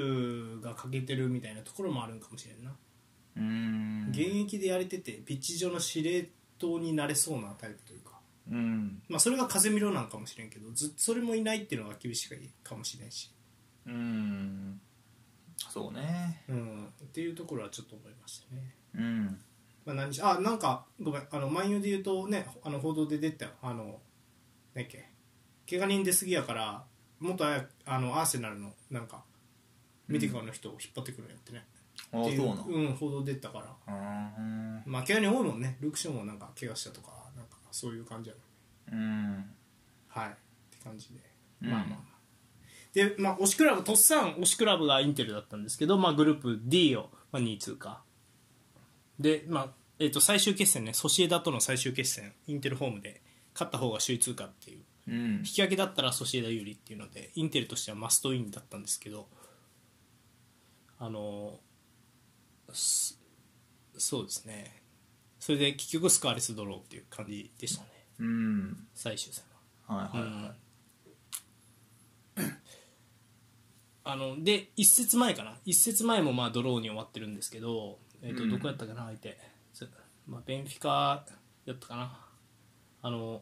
[SPEAKER 1] が欠けてるみたいなところもあるんかもしれんな、
[SPEAKER 2] うーん
[SPEAKER 1] 現役でやれててピッチ上の司令塔になれそうなタイプというか
[SPEAKER 2] うん
[SPEAKER 1] まあそれが風見ろなんかもしれんけどずっとそれもいないっていうのが厳しいかもしれんし、
[SPEAKER 2] うんそうね
[SPEAKER 1] うん、っていうところはちょっと思いましたね
[SPEAKER 2] うん
[SPEAKER 1] まあ、何しあなんかごめんあの万有で言うとねあの報道で出てたよあの何やっけ怪我人出過ぎやから元あやあのアーセナルのなんかミティカの人を引っ張ってくるんやってね、
[SPEAKER 2] ああ
[SPEAKER 1] ってい
[SPEAKER 2] そううなの
[SPEAKER 1] うん報道出てたから
[SPEAKER 2] あ
[SPEAKER 1] まあ怪我人多いもんねルーク・ショーもなんか怪我したとかなんかそういう感じやね
[SPEAKER 2] ーうん
[SPEAKER 1] はいって感じで、
[SPEAKER 2] うん
[SPEAKER 1] まあまあで、まあ、推しクラブとっさん推しクラブがインテルだったんですけど、まあ、グループ D を、まあ、2位通過で、まあえー、と最終決戦ねソシエダとの最終決戦インテルホームで勝った方が首位通過っていう
[SPEAKER 2] うん
[SPEAKER 1] 引き分けだったらソシエダ有利っていうのでインテルとしてはマストインだったんですけどあのすそうですねそれで結局スコアレスドローっていう感じでしたね
[SPEAKER 2] うん
[SPEAKER 1] 最終戦は。
[SPEAKER 2] はいはい、
[SPEAKER 1] あので一節前かな一節前もまあドローに終わってるんですけど、えーと
[SPEAKER 2] うん
[SPEAKER 1] どこやったかな相手、つまあ、ベンフィカやったかなあの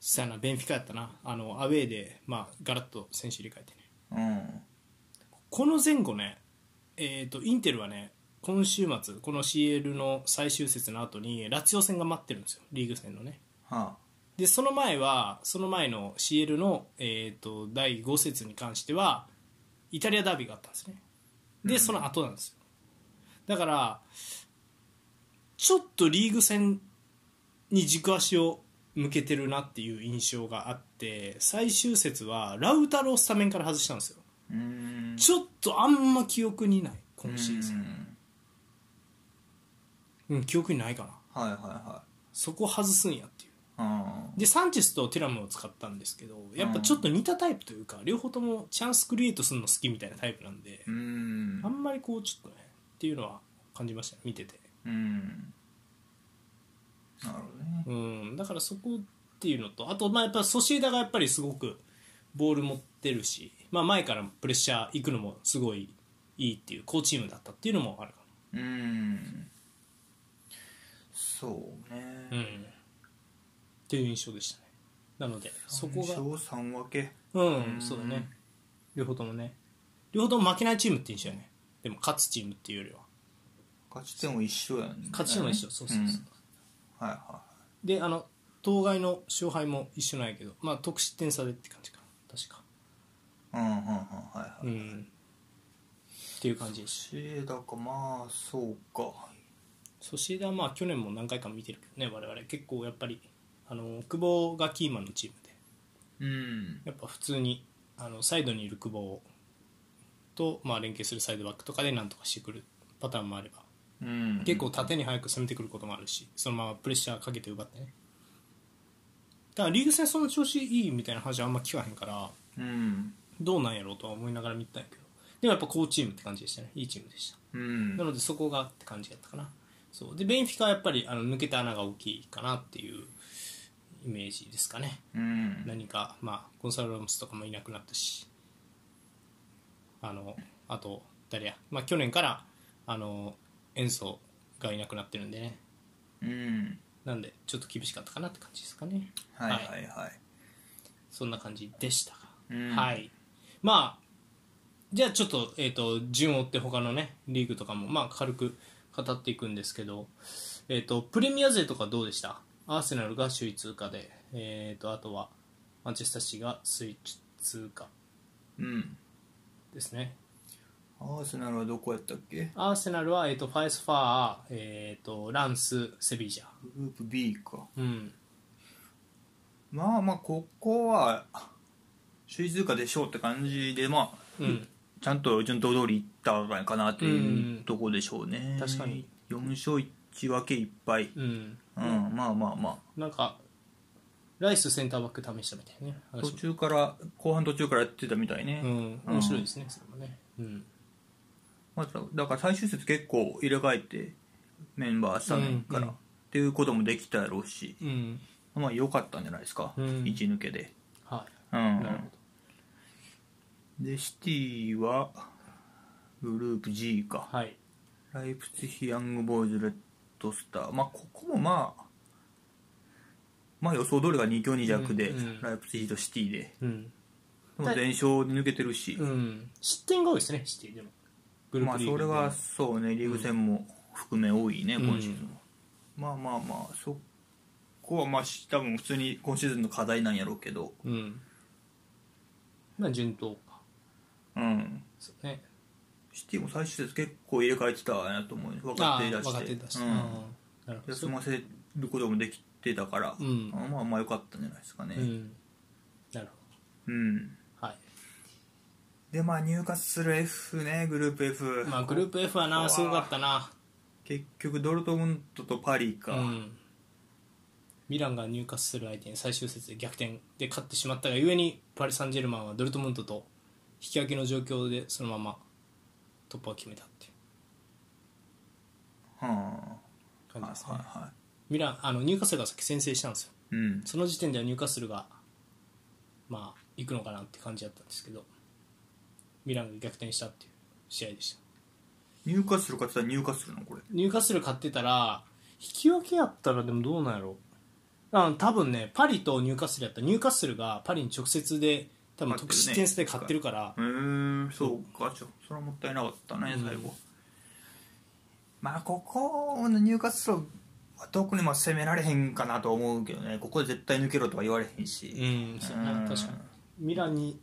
[SPEAKER 1] そうやなベンフィカやったなあのアウェーで、まあ、ガラッと選手入れ替えてね
[SPEAKER 2] うん
[SPEAKER 1] この前後ね、えー、とインテルはね今週末この CL の最終節の後にラチオ戦が待ってるんですよリーグ戦のね
[SPEAKER 2] は
[SPEAKER 1] でその前はその前の CL の、えー、と第5節に関してはイタリアダービーがあったんですねで、その後なんですよだからちょっとリーグ戦に軸足を向けてるなっていう印象があって最終節はラウタロをスタメンから外したんですよ
[SPEAKER 2] あうん
[SPEAKER 1] ちょっとあんま記憶にない今シーズン
[SPEAKER 2] ン
[SPEAKER 1] うん記憶にないかな
[SPEAKER 2] はいはいは
[SPEAKER 1] そこ外すんやっていう
[SPEAKER 2] いうん
[SPEAKER 1] でサンチェスとティラムを使ったんですけどやっぱちょっと似たタイプというか、両方ともチャンスクリエイトするの好きみたいなタイプなんで、
[SPEAKER 2] うん
[SPEAKER 1] あんまりこうちょっとねっていうのは感じましたね見てて
[SPEAKER 2] うんなるほどね
[SPEAKER 1] うんだからそこっていうのとあとまあやっぱソシエダがやっぱりすごくボール持ってるし、まあ、前からプレッシャー行くのもすごいいいっていう好チームだったっていうのもあるか
[SPEAKER 2] うんそうね
[SPEAKER 1] な、うん、っていう印象でしたねなのでそこが
[SPEAKER 2] 3勝3分け
[SPEAKER 1] うん、
[SPEAKER 2] うん
[SPEAKER 1] そうだね両方ともね両方とも負けないチームって印象やねでも勝つチームっていうよりは
[SPEAKER 2] 勝ち点も一緒やね
[SPEAKER 1] 勝ち点も一緒、そうそうそう、
[SPEAKER 2] うんはいは
[SPEAKER 1] であの当該の勝敗も一緒なんやけどまあ得失点差でって感じかな確か
[SPEAKER 2] いうんうんうんはいは
[SPEAKER 1] う
[SPEAKER 2] い
[SPEAKER 1] んっていう感じです
[SPEAKER 2] シエダかまあそうか
[SPEAKER 1] ソシエダはまあ去年も何回か見てるけどね我々結構やっぱりあの久保がキーマンのチームで
[SPEAKER 2] うん
[SPEAKER 1] やっぱ普通にあのサイドにいる久保と、まあ、連携するサイドバックとかでなんとかしてくるパターンもあれば
[SPEAKER 2] うん
[SPEAKER 1] 結構縦に早く攻めてくることもあるしそのままプレッシャーかけて奪ってねだからリーグ戦その調子いいみたいな話はあんま聞かへんから
[SPEAKER 2] うん
[SPEAKER 1] どうなんやろうとは思いながら見てたんやけどでもやっぱ好チームって感じでしたねいいチームでした
[SPEAKER 2] うん
[SPEAKER 1] なのでそこがって感じだったかなそうでベンフィカはやっぱりあの抜けた穴が大きいかなっていうイメージですかね
[SPEAKER 2] うん
[SPEAKER 1] 何かまあコンサルラムスとかもいなくなったしあのあと誰や、まあ、去年からあの演奏がいなくなってるんでね
[SPEAKER 2] うん
[SPEAKER 1] なんでちょっと厳しかったかなって感じですかね
[SPEAKER 2] はいはいはい
[SPEAKER 1] そんな感じでしたが、
[SPEAKER 2] うん
[SPEAKER 1] はいまあじゃあちょっと,、えー、と順を追って他のねリーグとかも、まあ、軽く語っていくんですけど、えー、とプレミア勢とかどうでしたアーセナルが首位通過で、えー、とあとはマンチェスターシティが首位通過
[SPEAKER 2] うん
[SPEAKER 1] ですね
[SPEAKER 2] アーセナルはどこやったっけ
[SPEAKER 1] アーセナルは、えー、とファイスファー、えー、とランスセビージャ
[SPEAKER 2] グループ B か
[SPEAKER 1] うん
[SPEAKER 2] まあまあここは首位通過でしょうって感じでまあ
[SPEAKER 1] うん
[SPEAKER 2] ちゃんと順当通りいったかなってい
[SPEAKER 1] うん
[SPEAKER 2] うとこでしょうね、
[SPEAKER 1] 確かに
[SPEAKER 2] 4勝1分け1敗
[SPEAKER 1] うん
[SPEAKER 2] うん、まあまあま
[SPEAKER 1] なんかライスセンターバック試したみたいなね
[SPEAKER 2] あ
[SPEAKER 1] 話
[SPEAKER 2] 途
[SPEAKER 1] も
[SPEAKER 2] 中から後半途中からやってたみたいね、
[SPEAKER 1] うん、面白いですね、それもね。うん。
[SPEAKER 2] まあ、だから最終節結構入れ替えてメンバースタメンから、
[SPEAKER 1] うんうん
[SPEAKER 2] っていうこともできたやろうし
[SPEAKER 1] うん。
[SPEAKER 2] まあ良かったんじゃないですか、
[SPEAKER 1] うん
[SPEAKER 2] 一抜けで
[SPEAKER 1] は
[SPEAKER 2] う
[SPEAKER 1] い。なるほ
[SPEAKER 2] んでシティはグループ G か、
[SPEAKER 1] ど。はい。
[SPEAKER 2] ライプツィヒヤングボーイズレッドスターまあここもまあまあ予想通りが2強2弱で、
[SPEAKER 1] うんうん
[SPEAKER 2] ライプツィヒとシティで
[SPEAKER 1] うん。
[SPEAKER 2] でも全勝で抜けてるし、
[SPEAKER 1] うん。失点が多いですね、シティでも。グ
[SPEAKER 2] まあそれは
[SPEAKER 1] で
[SPEAKER 2] そうねリーグ戦も含め多いね、
[SPEAKER 1] うん
[SPEAKER 2] 今シーズンはまあまあまあそこはまあし多分普通に今シーズンの課題なんやろうけど
[SPEAKER 1] うんまあ順当か
[SPEAKER 2] うん
[SPEAKER 1] そうね
[SPEAKER 2] シティも最終節結構入れ替えてたなと思う若
[SPEAKER 1] あ
[SPEAKER 2] 手
[SPEAKER 1] あ
[SPEAKER 2] 出して
[SPEAKER 1] 若手出して、
[SPEAKER 2] う
[SPEAKER 1] うんんなるほど
[SPEAKER 2] 休ませることもできてたから、
[SPEAKER 1] うん
[SPEAKER 2] あまあまあ良かったんじゃないですかね
[SPEAKER 1] うんなる
[SPEAKER 2] うん
[SPEAKER 1] ほどはい
[SPEAKER 2] でまあ入荷する F ねグループ F、
[SPEAKER 1] まあグループ F は
[SPEAKER 2] う
[SPEAKER 1] な
[SPEAKER 2] わ
[SPEAKER 1] すごかったな
[SPEAKER 2] 結局ドルトムントとパリか、
[SPEAKER 1] うんミランが入荷する相手に最終節で逆転で勝ってしまったがゆえにパリ・サンジェルマンはドルトムントと引き分けの状況でそのまま突破を決めたっていう
[SPEAKER 2] はあ
[SPEAKER 1] 感じですね、
[SPEAKER 2] はいはいは
[SPEAKER 1] ミランあの入荷するが先先制したんですよ
[SPEAKER 2] いうん
[SPEAKER 1] その時点では入荷するがまあ行くのかなって感じだったんですけどミランが逆転したっていう試合でした
[SPEAKER 2] 入荷するかって言ったら入荷するのこれ
[SPEAKER 1] 入荷する買ってたら引き分けやったらでもどうなんやろあ多分ねパリとニューカッスルやったらニューカッスルがパリに直接で多分
[SPEAKER 2] 勝って
[SPEAKER 1] 得
[SPEAKER 2] るね
[SPEAKER 1] 失点差で勝ってるから
[SPEAKER 2] へえー、そうかちょそれはもったいなかったね
[SPEAKER 1] うん
[SPEAKER 2] 最後、まあここの入荷するは特にまあ攻められへんかなと思うけどねここで絶対抜けろとは言われへんし、
[SPEAKER 1] うんそうや
[SPEAKER 2] うん
[SPEAKER 1] な確かにミランに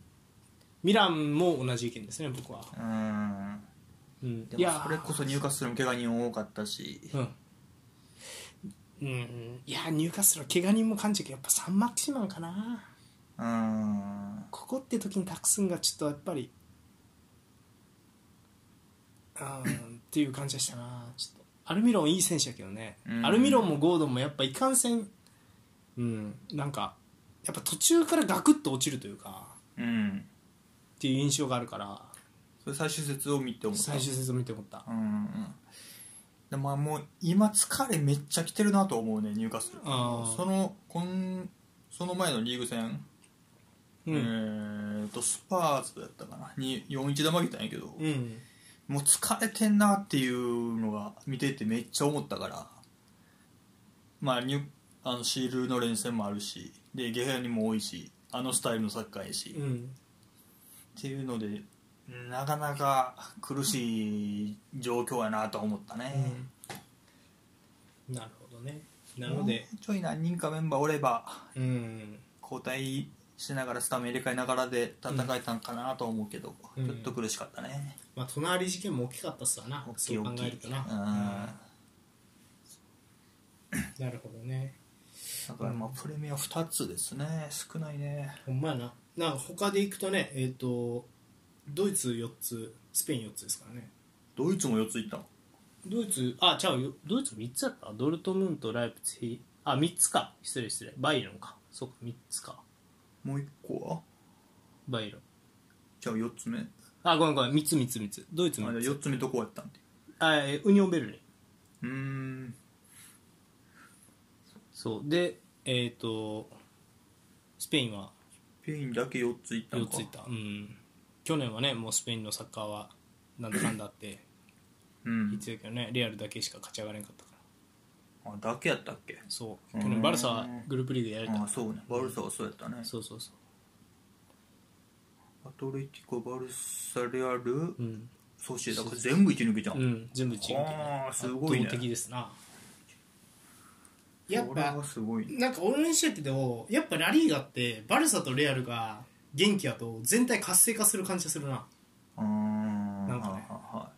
[SPEAKER 1] ミランも同じ意見ですね僕は、
[SPEAKER 2] うん
[SPEAKER 1] うん、い
[SPEAKER 2] でも
[SPEAKER 1] や
[SPEAKER 2] それこそ入荷するも怪我人多かったし
[SPEAKER 1] うんうん、いやニューカッスルは怪我人も感じるけどやっぱサンマキシマンかな
[SPEAKER 2] うん
[SPEAKER 1] ここって時に託すんがちょっとやっぱりうんっていう感じでしたなちょっとアルミロンいい選手やけどね、
[SPEAKER 2] うん
[SPEAKER 1] アルミロンもゴードンもやっぱいかんせんうんなんかやっぱ途中からガクッと落ちるというか
[SPEAKER 2] うん
[SPEAKER 1] っていう印象があるから
[SPEAKER 2] それ最終節を見て思った
[SPEAKER 1] 最終節を見て思った
[SPEAKER 2] うんうんでまあもう今疲れめっちゃ来てるなと思うね入荷する
[SPEAKER 1] あー
[SPEAKER 2] そのこんその前のリーグ戦
[SPEAKER 1] うん、
[SPEAKER 2] えーとスパーズだったかなに4-1で負けたんやけど、
[SPEAKER 1] うん
[SPEAKER 2] もう疲れてんなっていうのが見ててめっちゃ思ったからまあニュあのシールの連戦もあるしでゲヘアにも多いしあのスタイルのサッカーやし、
[SPEAKER 1] う
[SPEAKER 2] っ
[SPEAKER 1] ん
[SPEAKER 2] ていうのでなかなか苦しい状況やなと思ったね、
[SPEAKER 1] なるほどねなので
[SPEAKER 2] もうちょい何人かメンバーおれば
[SPEAKER 1] うん
[SPEAKER 2] 交代しながらスタメン入れ替えながらで戦えたんかなと思うけど、
[SPEAKER 1] うん
[SPEAKER 2] ちょっと苦しかったね、
[SPEAKER 1] まあ隣事件も大きかったっすわな
[SPEAKER 2] 大き
[SPEAKER 1] そ
[SPEAKER 2] いう
[SPEAKER 1] 考
[SPEAKER 2] 大き
[SPEAKER 1] え
[SPEAKER 2] い
[SPEAKER 1] ると
[SPEAKER 2] うん
[SPEAKER 1] な、うんなるほどね
[SPEAKER 2] だからまあプレミア2つですね少ないね
[SPEAKER 1] ほんまやななんか他でいくとねえっ、とドイツ4つスペイン4つですからね
[SPEAKER 2] ドイツも4ついったの
[SPEAKER 1] ドイツあ違うよドイツ3つだったドルトムントライプツィヒあ3つか失礼失礼バイロンかそうか3つか
[SPEAKER 2] もう1個は
[SPEAKER 1] バイロン
[SPEAKER 2] じゃあ4つ目あ
[SPEAKER 1] あごめんごめん3つ3つ3つドイツ
[SPEAKER 2] じゃあ
[SPEAKER 1] 3つ
[SPEAKER 2] 4つ目どこやったんで
[SPEAKER 1] あえーウニオンベルリン
[SPEAKER 2] うーん
[SPEAKER 1] そうでえっ、とスペインは
[SPEAKER 2] スペインだけ4ついったの
[SPEAKER 1] 4
[SPEAKER 2] か
[SPEAKER 1] ついったうん去年はねもうスペインのサッカーはなんだかんだあ って
[SPEAKER 2] うん
[SPEAKER 1] 言ってたけどねレアルだけしか勝ち上がれんかったから
[SPEAKER 2] あだけやったっけ
[SPEAKER 1] そう去年バルサはグループリーグでやれた
[SPEAKER 2] ああそうねバルサはそうやったね
[SPEAKER 1] そうそうそ
[SPEAKER 2] アトレティコバルサレアル
[SPEAKER 1] ううん、
[SPEAKER 2] ソシエだから全部1抜けじゃん、
[SPEAKER 1] うん、全部チーム
[SPEAKER 2] あーすごい
[SPEAKER 1] 圧
[SPEAKER 2] ね
[SPEAKER 1] 倒的ですなやっ
[SPEAKER 2] これ
[SPEAKER 1] ぱ
[SPEAKER 2] はすごいね
[SPEAKER 1] なんか応援しててどやっぱラリーガってバルサとレアルが元気やと全体活性化する感じがするな
[SPEAKER 2] うーん
[SPEAKER 1] なんかね
[SPEAKER 2] はいはいは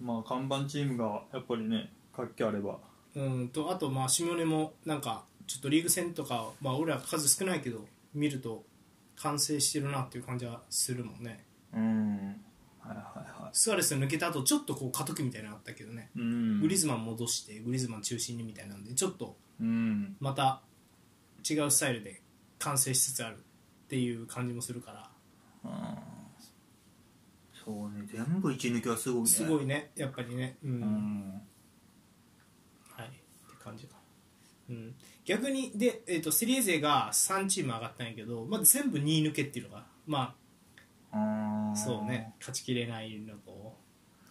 [SPEAKER 2] いまあ看板チームがやっぱりね活気あれば
[SPEAKER 1] うんとあとまあシモネもなんかちょっとリーグ戦とかまあ俺ら数少ないけど見ると完成してるなっていう感じはするもんね
[SPEAKER 2] うんはいはいは
[SPEAKER 1] スアレス抜けた後ちょっとこう過渡期みたいなのあったけどね
[SPEAKER 2] いうん
[SPEAKER 1] グリズマン戻してグリズマン中心にみたいなんでちょっと
[SPEAKER 2] うん
[SPEAKER 1] また違うスタイルで完成しつつあるっていう感じもするから
[SPEAKER 2] うんそうね全部一抜きはすごいね
[SPEAKER 1] すごいねやっぱりねうん、
[SPEAKER 2] うん
[SPEAKER 1] はいって感じかな、うん、逆にで、えー、とセリエ勢が3チーム上がったんやけど、まあ、全部2抜けっていうのがま
[SPEAKER 2] あー
[SPEAKER 1] あそうね勝ちきれないのと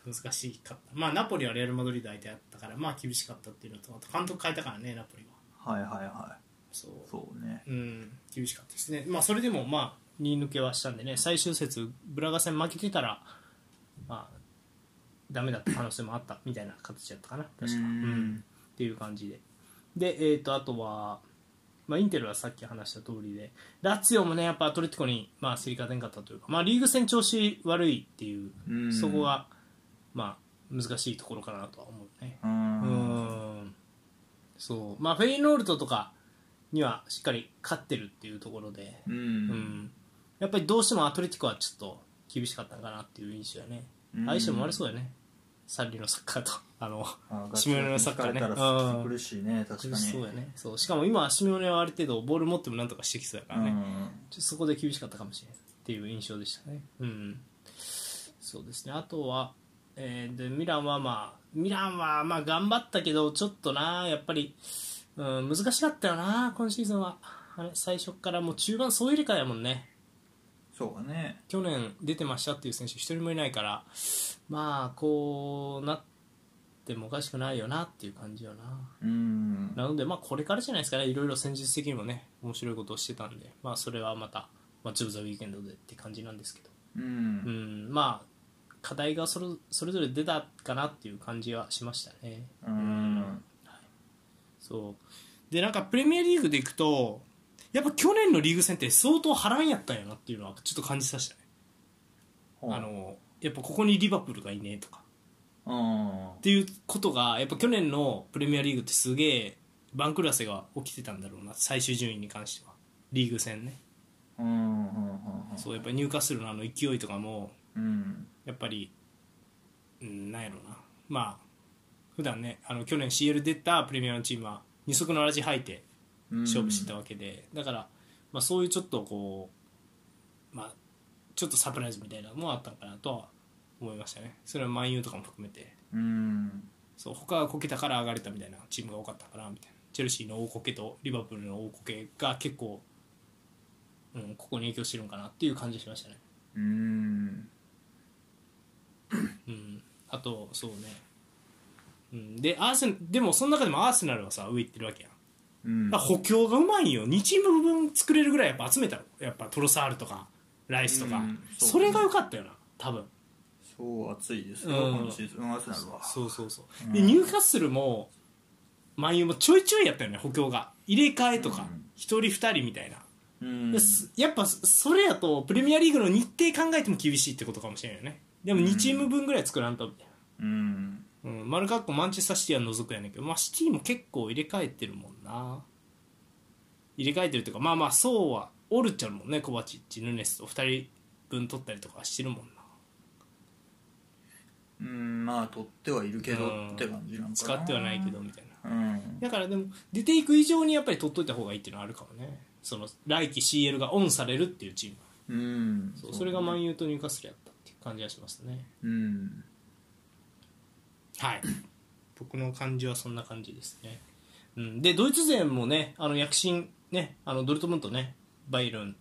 [SPEAKER 1] 難しかったまあナポリはレアル・マドリード相手やったからまあ厳しかったっていうのとあと監督変えたからねナポリは
[SPEAKER 2] はいはいは
[SPEAKER 1] そう
[SPEAKER 2] いそうね
[SPEAKER 1] うん、厳しかったですね、まあ、それでも、まあ、2抜けはしたんでね、最終節、ブラガ戦負けてたら、まあ、ダメだった可能性もあったみたいな形だったかな、確か。う
[SPEAKER 2] う
[SPEAKER 1] んんっていう感じで、で、えー、とあとは、まあ、インテルはさっき話した通りでラツィオもねやっぱアトレティコに、まあ、競り勝てんかったというか、まあ、リーグ戦調子悪いっていう
[SPEAKER 2] うん
[SPEAKER 1] そこは、まあ、難しいところかなとは思うね。
[SPEAKER 2] う
[SPEAKER 1] うんーんそうまあ、フェイノールトとかにはしっかり勝ってるっていうところで、
[SPEAKER 2] う
[SPEAKER 1] うんん、やっぱりどうしてもアトレティコはちょっと厳しかったかなっていう印象だね
[SPEAKER 2] うん
[SPEAKER 1] 相性も悪そうだよねサッリのサッカーとあの
[SPEAKER 2] あガチ
[SPEAKER 1] シメオネのサッカーね
[SPEAKER 2] ガチに疲れたら苦しいね確
[SPEAKER 1] 苦
[SPEAKER 2] か
[SPEAKER 1] し
[SPEAKER 2] に
[SPEAKER 1] そうやねそうしかも今はシメオネはある程度ボール持ってもなんとかしてきそうやからね、
[SPEAKER 2] うん
[SPEAKER 1] ちょっとそこで厳しかったかもしれないっていう印象でしたね。うん、そうですねあとは、えーでミランはまあミランはまあ頑張ったけどちょっとなやっぱり、うん、難しかったよな今シーズンはあれ最初からもう中盤総入れ替えやもんね
[SPEAKER 2] そうだね
[SPEAKER 1] 去年出てましたっていう選手一人もいないからまあこうなってもおかしくないよなっていう感じよな。
[SPEAKER 2] うん
[SPEAKER 1] なので、まあ、これからじゃないですかね、いろいろ戦術的にもね、面白いことをしてたんで、まあ、それはまた、マッチ・オブ・ザ・ウィーケンドでって感じなんですけど、
[SPEAKER 2] う
[SPEAKER 1] うんん、まあ、課題がそれそれぞれ出たかなっていう感じはしましたね。
[SPEAKER 2] うん
[SPEAKER 1] そうで、なんか、プレミアリーグでいくと、やっぱ去年のリーグ戦って相当波乱やったんやなっていうのは、ちょっと感じさせたね。あのやっぱここにリバプールがいねえとか。
[SPEAKER 2] うん
[SPEAKER 1] っていうことがやっぱ去年のプレミアリーグってすげえ番狂わせが起きてたんだろうな最終順位に関してはリーグ戦ね、
[SPEAKER 2] うんうんうんうん
[SPEAKER 1] そうやっぱ入荷するのあの勢いとかも
[SPEAKER 2] うん
[SPEAKER 1] やっぱり、うん、なんやろうなまあ普段ねあの去年 CL 出たプレミアのチームは二足のわらじ履いて
[SPEAKER 2] うん
[SPEAKER 1] 勝負してたわけで、だから、まあ、そういうちょっとこう、まあ、ちょっとサプライズみたいなのもあったのかなとは思いましたねそれは万有とかも含めて
[SPEAKER 2] うん
[SPEAKER 1] そう他がこけたから上がれたみたいなチームが多かったかなみたいなチェルシーの大こけとリバプールの大こけが結構、うん、ここに影響してるのかなっていう感じしましたね、
[SPEAKER 2] うん
[SPEAKER 1] うん、あとそうね、うん、でアーセでもその中でもアーセナルはさ上行ってるわけやん
[SPEAKER 2] うん
[SPEAKER 1] だから補強がうまいんよ2チーム分作れるぐらいやっぱ集めたのやっぱトロサールとかライスとか、
[SPEAKER 2] うんそう
[SPEAKER 1] それが良かったよな多分
[SPEAKER 2] そう暑いですよ、
[SPEAKER 1] うん
[SPEAKER 2] 今シーズンアーセナルは
[SPEAKER 1] そうそうそう、でニューカッスルも万有もちょいちょいやったよね補強が入れ替えとか
[SPEAKER 2] うん
[SPEAKER 1] 一、人二人みたいな、
[SPEAKER 2] うん
[SPEAKER 1] で、すやっぱそそれやとプレミアリーグの日程考えても厳しいってことかもしれないよねでも2チーム分ぐらい作らんとみたい
[SPEAKER 2] うん、
[SPEAKER 1] な、うん、丸かっこマンチェスターシティは除くやねんけど、まあ、シティも結構入れ替えてるもんな入れ替えてるっていうかまあまあそうはおるっちゃうもんねコバチッチヌネスと2人分取ったりとかしてるもんな
[SPEAKER 2] うん、まあ取ってはいるけど
[SPEAKER 1] うん
[SPEAKER 2] って感じなんかな
[SPEAKER 1] 使ってはないけどみたいな
[SPEAKER 2] うん
[SPEAKER 1] だからでも出ていく以上にやっぱり取っといた方がいいっていうのはあるかもねその来季 CL がオンされるっていうチームは
[SPEAKER 2] うん
[SPEAKER 1] そうそれがマン
[SPEAKER 2] 有
[SPEAKER 1] ユーとニューカッスルやったっていう感じがしますね
[SPEAKER 2] うん
[SPEAKER 1] はい 僕の感じはそんな感じですね、うん、でドイツ勢もねあの躍進ねあのドルトムントねバイエルン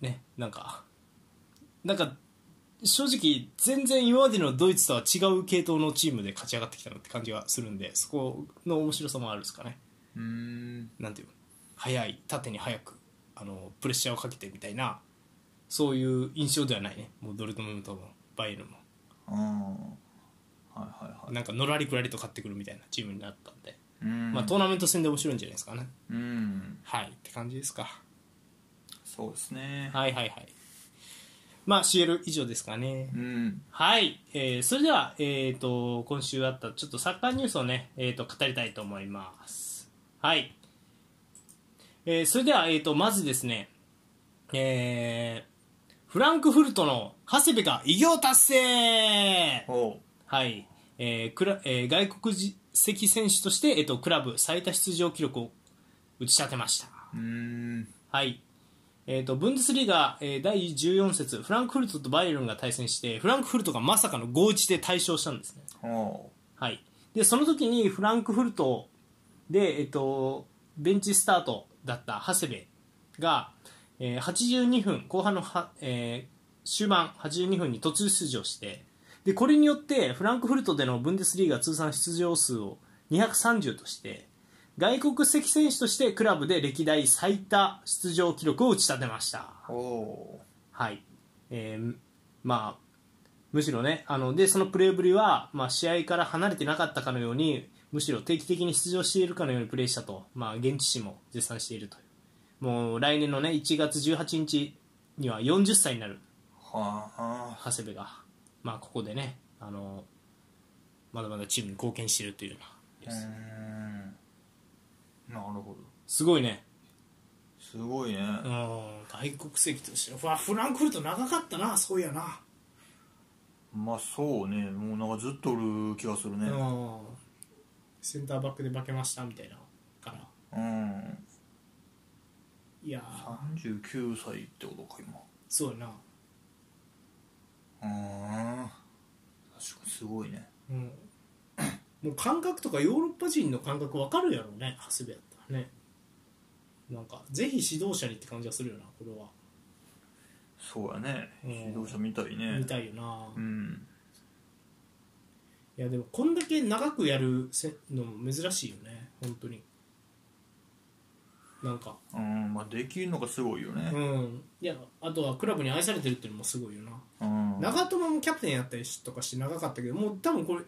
[SPEAKER 1] ねなんかなんか正直全然今までのドイツとは違う系統のチームで勝ち上がってきたなって感じがするんでそこの面白さもあるんですかね
[SPEAKER 2] うん
[SPEAKER 1] なんていうの速い縦に速くあのプレッシャーをかけてみたいなそういう印象ではないねもうドルトムントもバイエルンも
[SPEAKER 2] ああはいはいはい
[SPEAKER 1] なんかのらりくらりと勝ってくるみたいなチームになったんで、
[SPEAKER 2] うん
[SPEAKER 1] まあ、トーナメント戦で面白いんじゃないですかね
[SPEAKER 2] うん
[SPEAKER 1] はいって感じですか
[SPEAKER 2] そうですね
[SPEAKER 1] はいはいはいまあ CL 以上ですかね
[SPEAKER 2] うん
[SPEAKER 1] はい、えーそれでは、えー、と今週あったちょっとサッカーニュースをね、えー、と語りたいと思いますはい、えーそれでは、えー、とまずですねえーフランクフルトの長谷部が偉業達成
[SPEAKER 2] おう
[SPEAKER 1] はい、えークラえー外国籍選手として、えー、とクラブ最多出場記録を打ち立てました
[SPEAKER 2] うん
[SPEAKER 1] はい。えー、とブンデスリーガ、えー第14節フランクフルトとバイエルンが対戦してフランクフルトがまさかの5-1で大勝したんですね、
[SPEAKER 2] お
[SPEAKER 1] はい、でその時にフランクフルトで、えー、とベンチスタートだった長谷部が、えー82分後半のは、えー終盤82分に途中出場してでこれによってフランクフルトでのブンデスリーガ通算出場数を230として外国籍選手としてクラブで歴代最多出場記録を打ち立てました。
[SPEAKER 2] うお
[SPEAKER 1] はいえーまあ、むしろねあのでそのプレーぶりは、まあ、試合から離れてなかったかのようにむしろ定期的に出場しているかのようにプレーしたと、まあ、現地紙も絶賛しているというもう来年のね1月18日には40歳になる
[SPEAKER 2] はあ
[SPEAKER 1] 長谷部が、まあ、ここでねあのまだまだチームに貢献しているというよう
[SPEAKER 2] うー
[SPEAKER 1] な、
[SPEAKER 2] んなるほど
[SPEAKER 1] すごいね
[SPEAKER 2] すごいね、
[SPEAKER 1] うん外国籍としてのうわフランクフルト長かったなそういやな
[SPEAKER 2] まあそうねもうなんかずっとおる気がするね
[SPEAKER 1] うんセンターバックで化けましたみたいなから
[SPEAKER 2] うん
[SPEAKER 1] いやー
[SPEAKER 2] 39歳ってことか今
[SPEAKER 1] そうやな、
[SPEAKER 2] うん確かにすごいね
[SPEAKER 1] うん、 もう感覚とかヨーロッパ人の感覚わかるやろね長谷部やったらねなんかぜひ指導者にって感じがするよなこれは、
[SPEAKER 2] そうやね
[SPEAKER 1] うん
[SPEAKER 2] 指導者みたいね
[SPEAKER 1] 見たいよな、
[SPEAKER 2] う
[SPEAKER 1] い
[SPEAKER 2] ん
[SPEAKER 1] やでもこんだけ長くやるせのも珍しいよね本当になんか
[SPEAKER 2] うんまあできるのがすごいよ
[SPEAKER 1] う
[SPEAKER 2] ね
[SPEAKER 1] んいやあとはクラブに愛されてるっていうのもすごいよな
[SPEAKER 2] うん
[SPEAKER 1] 長友もキャプテンやったりとかして長かったけどもう多分これ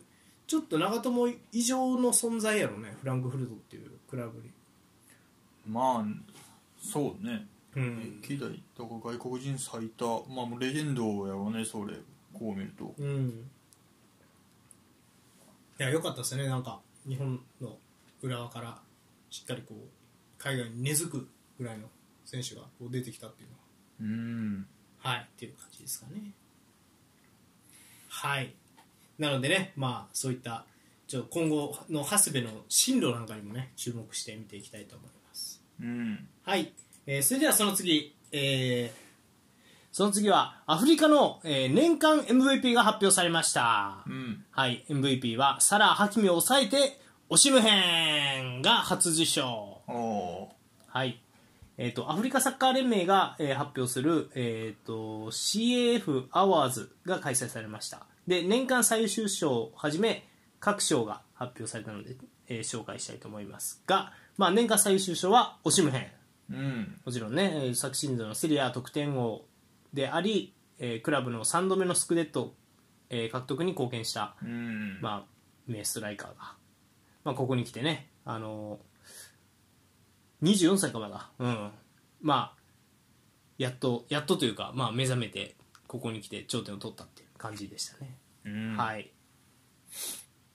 [SPEAKER 1] ちょっと長友以上の存在やろねフランクフルトっていうクラブに、
[SPEAKER 2] まあそうね
[SPEAKER 1] うん
[SPEAKER 2] 歴代だから外国人最多まあもうレジェンドやろねそれこう見ると
[SPEAKER 1] うん、いや良かったですねなんか日本の浦和からしっかりこう海外に根付くぐらいの選手がこう出てきたっていうの
[SPEAKER 2] うん
[SPEAKER 1] ははいっていう感じですかねはいなのでねまあそういったちょっと今後の長谷部の進路なんかにもね注目して見ていきたいと思います
[SPEAKER 2] うん
[SPEAKER 1] はい、えーそれではその次、えーその次はアフリカの、えー年間 MVP が発表されました、
[SPEAKER 2] うん
[SPEAKER 1] はい、MVP はサラ・ハキミを抑えてオシムヘンが初受賞
[SPEAKER 2] ああ
[SPEAKER 1] はいえー、とアフリカサッカー連盟が、えー発表する、えー、と CAF アワーズが開催されましたで年間最優秀賞をはじめ各賞が発表されたので、えー紹介したいと思いますが、まあ、年間最優秀賞はオシムヘン
[SPEAKER 2] うん
[SPEAKER 1] もちろんね、えー昨シーズンのセリア得点王であり、えークラブの3度目のスクデット、えー獲得に貢献した、
[SPEAKER 2] うん
[SPEAKER 1] まあ、名ストライカーが、まあ、ここに来てね、あのー24歳かまだ、うんまあ、やっとやっとというか、まあ、目覚めてここに来て頂点を取ったっていう感じでしたね。
[SPEAKER 2] うん
[SPEAKER 1] はい。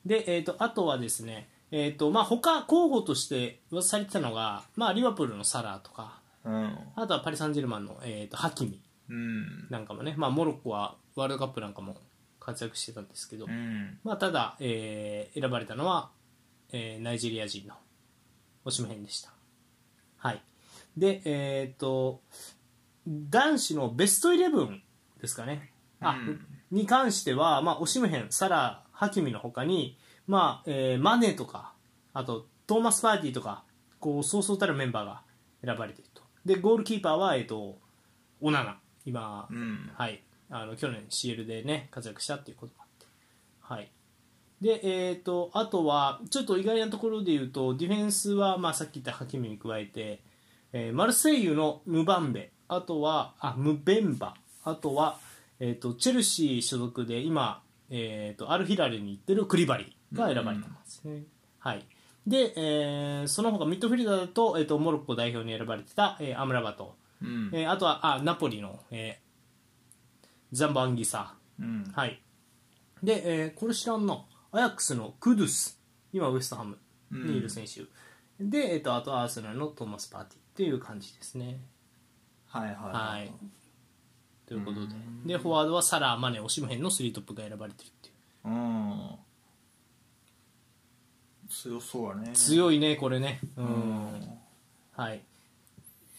[SPEAKER 1] で、えっ、と、あとはですね、えっ、と、まあ、他候補として噂されてたのが、まあ、リバプールのサラーとか、
[SPEAKER 2] うん
[SPEAKER 1] あとはパリ・サンジェルマンの、えー、とハキミ
[SPEAKER 2] うん
[SPEAKER 1] なんかもね、まあ、モロッコはワールドカップなんかも活躍してたんですけど、
[SPEAKER 2] うん
[SPEAKER 1] まあ、ただ、えー選ばれたのは、えーナイジェリア人のオシムヘンでした。はい、で、えっと男子のベストイレブンですかね、あ
[SPEAKER 2] うん
[SPEAKER 1] に関しては、まあ、オシムヘン、サラ、ハキミの他に、まあえーマネとか、あとトーマス・パーティーとか、こうそうそうたるメンバーが選ばれていると。で、ゴールキーパーは、えっとオナナ、今、
[SPEAKER 2] うん
[SPEAKER 1] はい、あの去年 CL でね活躍したっていうこともあって、はい、で、えー、とあとはちょっと意外なところで言うとディフェンスは、まあ、さっき言ったハキミに加えて、えーマルセイユのムバンベあとはあムベンバあとは、えー、とチェルシー所属で今、えー、とアルヒラルに行ってるクリバリが選ばれてますね、はいでえーその他ミッドフィルダーだと,、えー、とモロッコ代表に選ばれてた、えーアムラバト
[SPEAKER 2] うん
[SPEAKER 1] えーあとはあナポリの、えーザンバンギサ
[SPEAKER 2] うん
[SPEAKER 1] はいで、えーこれ知らんなアヤックスのクドゥス今ウエストハムにいる選手、で、えー、とあとアーセナルのトーマス・パーティーっていう感じですね
[SPEAKER 2] はいはい
[SPEAKER 1] はいということで
[SPEAKER 2] うん
[SPEAKER 1] でフォワードはサラー・マネオシムヘンの3トップが選ばれてるっていう
[SPEAKER 2] うん強そうやね
[SPEAKER 1] 強いねこれねう
[SPEAKER 2] うんん
[SPEAKER 1] はい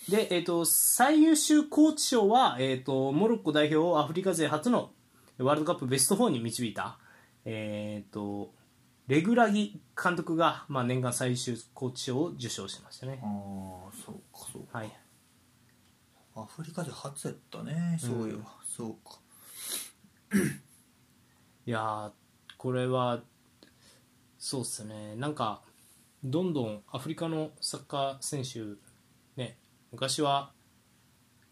[SPEAKER 1] で、えー、と最優秀コーチ賞は、えー、とモロッコ代表をアフリカ勢初のワールドカップベスト4に導いた、えー、とレグラギ監督が、まあ、年間最優秀コーチ賞を受賞しましたね
[SPEAKER 2] あ、あそうかそうか
[SPEAKER 1] はい、
[SPEAKER 2] アフリカで初やったねそうよそうか
[SPEAKER 1] いやーこれはそうっすねなんかどんどんアフリカのサッカー選手ね昔は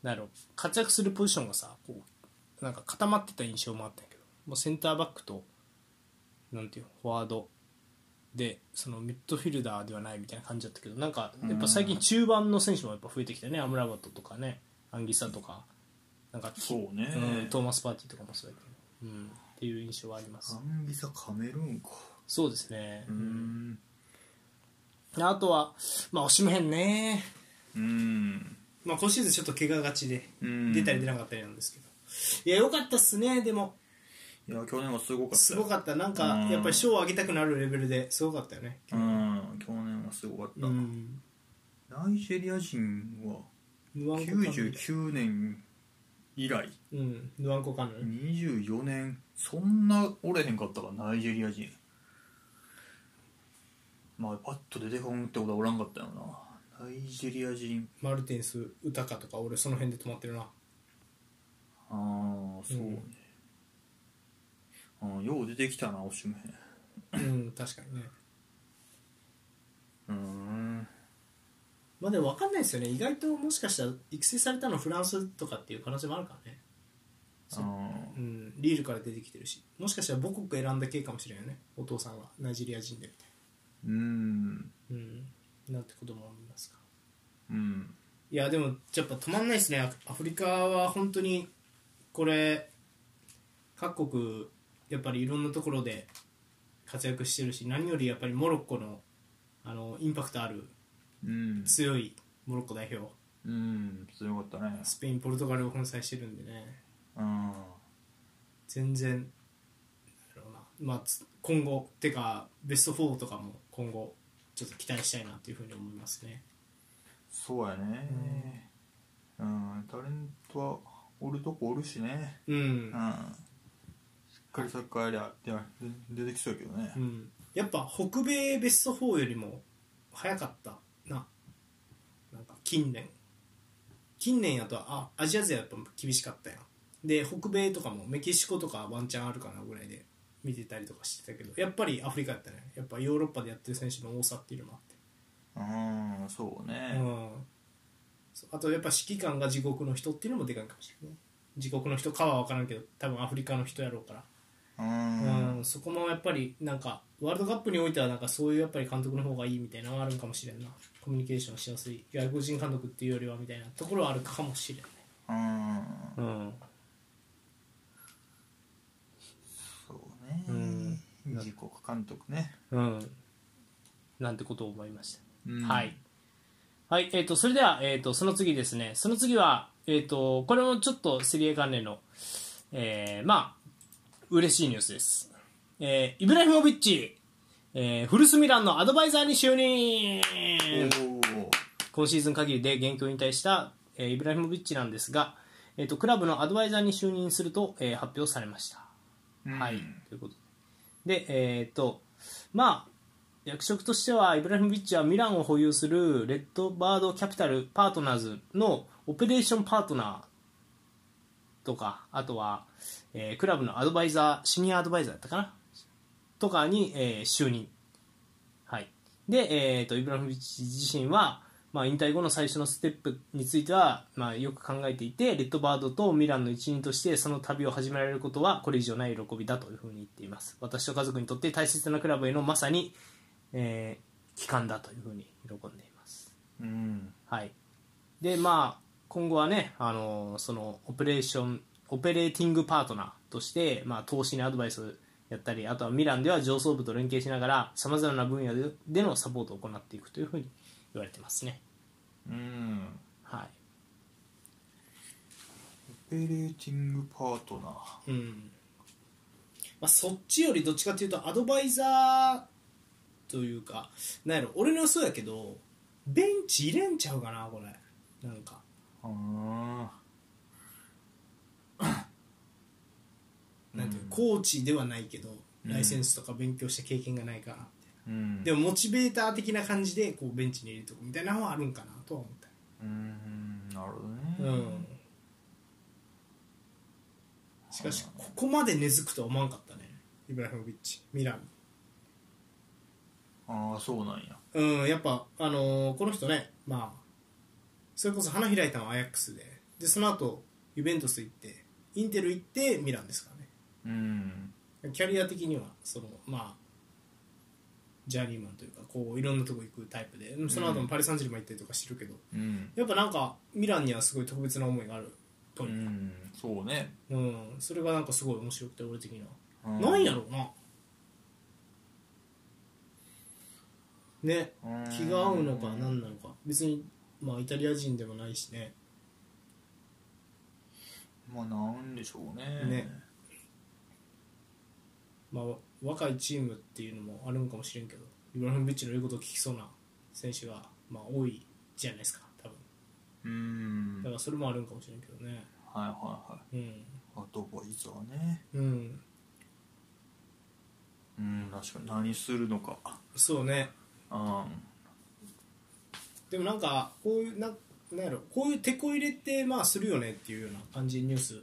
[SPEAKER 1] なんやろ活躍するポジションがさこうなんか固まってた印象もあったんやけどもうセンターバックとなんていうのフォワードでそのミッドフィルダーではないみたいな感じだったけどなんかやっぱ最近中盤の選手もやっぱ増えてきたよねアムラバトとかねアンギサとかなんか
[SPEAKER 2] そうね
[SPEAKER 1] うん、トーマス・パーティーとかもそうだけど、うん、っていう印象はあります
[SPEAKER 2] アンビザカメルーンか
[SPEAKER 1] そうですね、
[SPEAKER 2] うーん
[SPEAKER 1] あとは、まあ、オシムヘンね、
[SPEAKER 2] うーん
[SPEAKER 1] まあ、今シーズンちょっと怪我がちで、
[SPEAKER 2] うん
[SPEAKER 1] 出たり出なかったりなんですけどいや良かったっすねでも
[SPEAKER 2] いや去年はすごかったよ
[SPEAKER 1] すごかったなんか
[SPEAKER 2] うん
[SPEAKER 1] やっぱり賞をあげたくなるレベルですごかったよね
[SPEAKER 2] うん去年はすごかった、
[SPEAKER 1] うん
[SPEAKER 2] ナイジェリア人は
[SPEAKER 1] ヌアンコカヌー
[SPEAKER 2] 99年以来
[SPEAKER 1] うんヌアンコカヌー
[SPEAKER 2] 24年そんなおれへんかったかナイジェリア人まあパッと出てこんってことはおらんかったよなナイジェリア人
[SPEAKER 1] マルティンスウタカとか俺その辺で止まってるな
[SPEAKER 2] ああそうね、うん、よう出てきたなおしめ
[SPEAKER 1] うん確かにね
[SPEAKER 2] うーん
[SPEAKER 1] まあでも分かんないですよね意外ともしかしたら育成されたのフランスとかっていう可能性もあるからね
[SPEAKER 2] あー
[SPEAKER 1] うんリールから出てきてるしもしかしたら母国選んだ系かもしれないよねお父さんはナイジェリア人でみたいな
[SPEAKER 2] うん
[SPEAKER 1] うん、なんてことも思いますか
[SPEAKER 2] うん
[SPEAKER 1] いやでもやっぱ止まんないですねアアフリカは本当にこれ各国やっぱりいろんなところで活躍してるし何よりやっぱりモロッコのあのインパクトある
[SPEAKER 2] うん
[SPEAKER 1] 強いモロッコ代表
[SPEAKER 2] うん強かったね
[SPEAKER 1] スペインポルトガルを粉砕してるんでね
[SPEAKER 2] うん
[SPEAKER 1] 全然なんだろうな、まあ、つ今後てかベスト4とかも今後ちょっと期待したいなというふうに思いますね
[SPEAKER 2] そうやねうんタレントはおるとこおるしね
[SPEAKER 1] うん
[SPEAKER 2] う、んしっかりサッカーやりゃで出てきそうやけどね
[SPEAKER 1] うん、やっぱ北米ベスト4よりも早かったななんか近年近年やとあアジア勢やっぱ厳しかったやんで北米とかもメキシコとかワンチャンあるかなぐらいで見てたりとかしてたけどやっぱりアフリカやったねやっぱヨーロッパでやってる選手の多さっていうのもあって
[SPEAKER 2] うんそうね
[SPEAKER 1] うん、そうあとやっぱ指揮官が地獄の人っていうのもでかいかもしれないね地獄の人かは分からんけど多分アフリカの人やろうから
[SPEAKER 2] う
[SPEAKER 1] うんん、そこもやっぱりなんかワールドカップにおいてはなんかそういうやっぱり監督の方がいいみたいなのはあるんかもしれんなコミュニケーションしやすい外国人監督っていうよりはみたいなところはあるかもしれ
[SPEAKER 2] うん
[SPEAKER 1] ない、うん、
[SPEAKER 2] そうね
[SPEAKER 1] うん
[SPEAKER 2] 自国監督ね
[SPEAKER 1] うん、なんてことを思いました、
[SPEAKER 2] うん
[SPEAKER 1] はい、はいえー、とそれでは、えー、とその次ですねその次は、えー、とこれもちょっとセリエ関連の、えー、まあ嬉しいニュースです、えーイブラヒモビッチ、えーフルスミランのアドバイザーに就任
[SPEAKER 2] おー
[SPEAKER 1] 今シーズン限りで現役を引退した、えーイブラヒモビッチなんですが、えー、とクラブのアドバイザーに就任すると、えー発表されました。
[SPEAKER 2] うん
[SPEAKER 1] はい、ということで、えーとまあ、役職としてはイブラヒモビッチはミランを保有するレッドバードキャピタルパートナーズのオペレーションパートナーとかあとは、えークラブのアドバイザーシニアアドバイザーだったかなとかに、えー就任、はい、で、えー、とイブラヒモビッチ自身は、まあ、引退後の最初のステップについては、まあ、よく考えていてレッドバードとミランの一員としてその旅を始められることはこれ以上ない喜びだというふうに言っています私と家族にとって大切なクラブへのまさに、えー帰還だというふうに喜んでいます
[SPEAKER 2] うん
[SPEAKER 1] はい、でまあ今後はね、あのそのオペレーションオペレーティングパートナーとして、まあ、投資にアドバイスやったりあとはミランでは上層部と連携しながらさまざまな分野ででのサポートを行っていくというふうに言われてますね
[SPEAKER 2] うん
[SPEAKER 1] は
[SPEAKER 2] オペレーティングパートナー
[SPEAKER 1] い、うんまあ、そっちよりどっちかというとアドバイザーというかなんやろ俺の予想やけどベンチ入れんちゃうかなこれなんか
[SPEAKER 2] あー
[SPEAKER 1] なんていう
[SPEAKER 2] う
[SPEAKER 1] の
[SPEAKER 2] ん
[SPEAKER 1] コーチではないけど
[SPEAKER 2] うん
[SPEAKER 1] ライセンスとか勉強した経験がないから、
[SPEAKER 2] うん
[SPEAKER 1] でもモチベーター的な感じでこうベンチに入れとくみたいなのはあるんかなとは思った
[SPEAKER 2] うんなるほどね
[SPEAKER 1] うんしかしここまで根付くとは思わんかったねイブラヒモビッチミラン
[SPEAKER 2] ああそうなんや
[SPEAKER 1] うんやっぱあのーこの人ねまあそれこそ花開いたのはアヤックスででその後ユベントス行ってインテル行ってミランですからね
[SPEAKER 2] うん
[SPEAKER 1] キャリア的にはそのまあジャーニーマンというかこういろんなとこ行くタイプでその後もパリ・サンジェルマン行ったりとかしてるけど、
[SPEAKER 2] うん、
[SPEAKER 1] やっぱなんかミランにはすごい特別な思いがあるっぽ
[SPEAKER 2] う
[SPEAKER 1] い、うん
[SPEAKER 2] ん、そうね、
[SPEAKER 1] それがなんかすごい面白くて俺的には、
[SPEAKER 2] うん
[SPEAKER 1] なんやろうなね
[SPEAKER 2] うん
[SPEAKER 1] 気が合うのか何なのか別にまあイタリア人でもないしね
[SPEAKER 2] まあなんでしょうね
[SPEAKER 1] ねまあ若いチームっていうのもあるんかもしれんけどイブラヒモビッチの言うことを聞きそうな選手がまあ多いじゃないですか多分
[SPEAKER 2] う
[SPEAKER 1] だ
[SPEAKER 2] んはい
[SPEAKER 1] からそれもあるんかもしれんけどね
[SPEAKER 2] はいはい
[SPEAKER 1] うん
[SPEAKER 2] あとはいざね
[SPEAKER 1] うん
[SPEAKER 2] うん確かに何するのか
[SPEAKER 1] そうね
[SPEAKER 2] あ
[SPEAKER 1] でもなんかこういうななんやろこういう手こ入れってまあするよねっていうような感じのニュース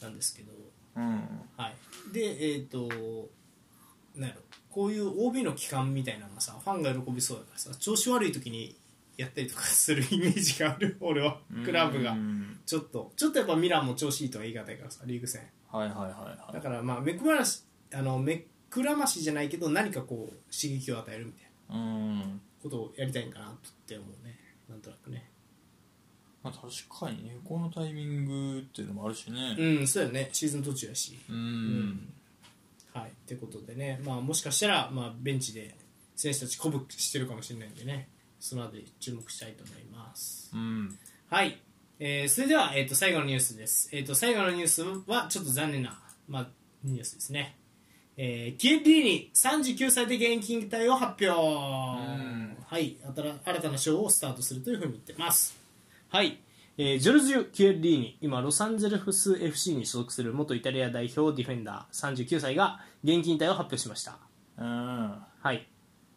[SPEAKER 1] なんですけど
[SPEAKER 2] あうん
[SPEAKER 1] はいでえっ、となんやろこういう OB の期間みたいなのがさファンが喜びそうだからさ調子悪い時にやったりとかするイメージがある俺はクラブが
[SPEAKER 2] うん
[SPEAKER 1] ちょっとちょっとやっぱミランも調子いいとは言い難いからさリーグ戦
[SPEAKER 2] はいはいはいは
[SPEAKER 1] だ
[SPEAKER 2] い
[SPEAKER 1] からまあ目くばらしあの目くらましじゃないけど何かこう刺激を与えるみたいな
[SPEAKER 2] うん
[SPEAKER 1] ことをやりたいんかなって思うねなんとなくね
[SPEAKER 2] まあ確かにねこのタイミングっていうのもあるしね
[SPEAKER 1] うんそうやねシーズン途中やし
[SPEAKER 2] うん、
[SPEAKER 1] はいってことでね、まあ、もしかしたら、まあ、ベンチで選手たち鼓舞してるかもしれないんでねそのあたり注目したいと思います
[SPEAKER 2] うん
[SPEAKER 1] はい、えーそれでは、えー、と最後のニュースです、えー、と最後のニュースはちょっと残念な、まあ、ニュースですねえー、キエリーニ39歳で現役引退を発表、
[SPEAKER 2] ん
[SPEAKER 1] はい新新たな賞をスタートするというふうに言ってますはい、えージョルジュ・キエリーニ今ロサンゼルス FC に所属する元イタリア代表ディフェンダー39歳が現役引退を発表しました
[SPEAKER 2] うん
[SPEAKER 1] はい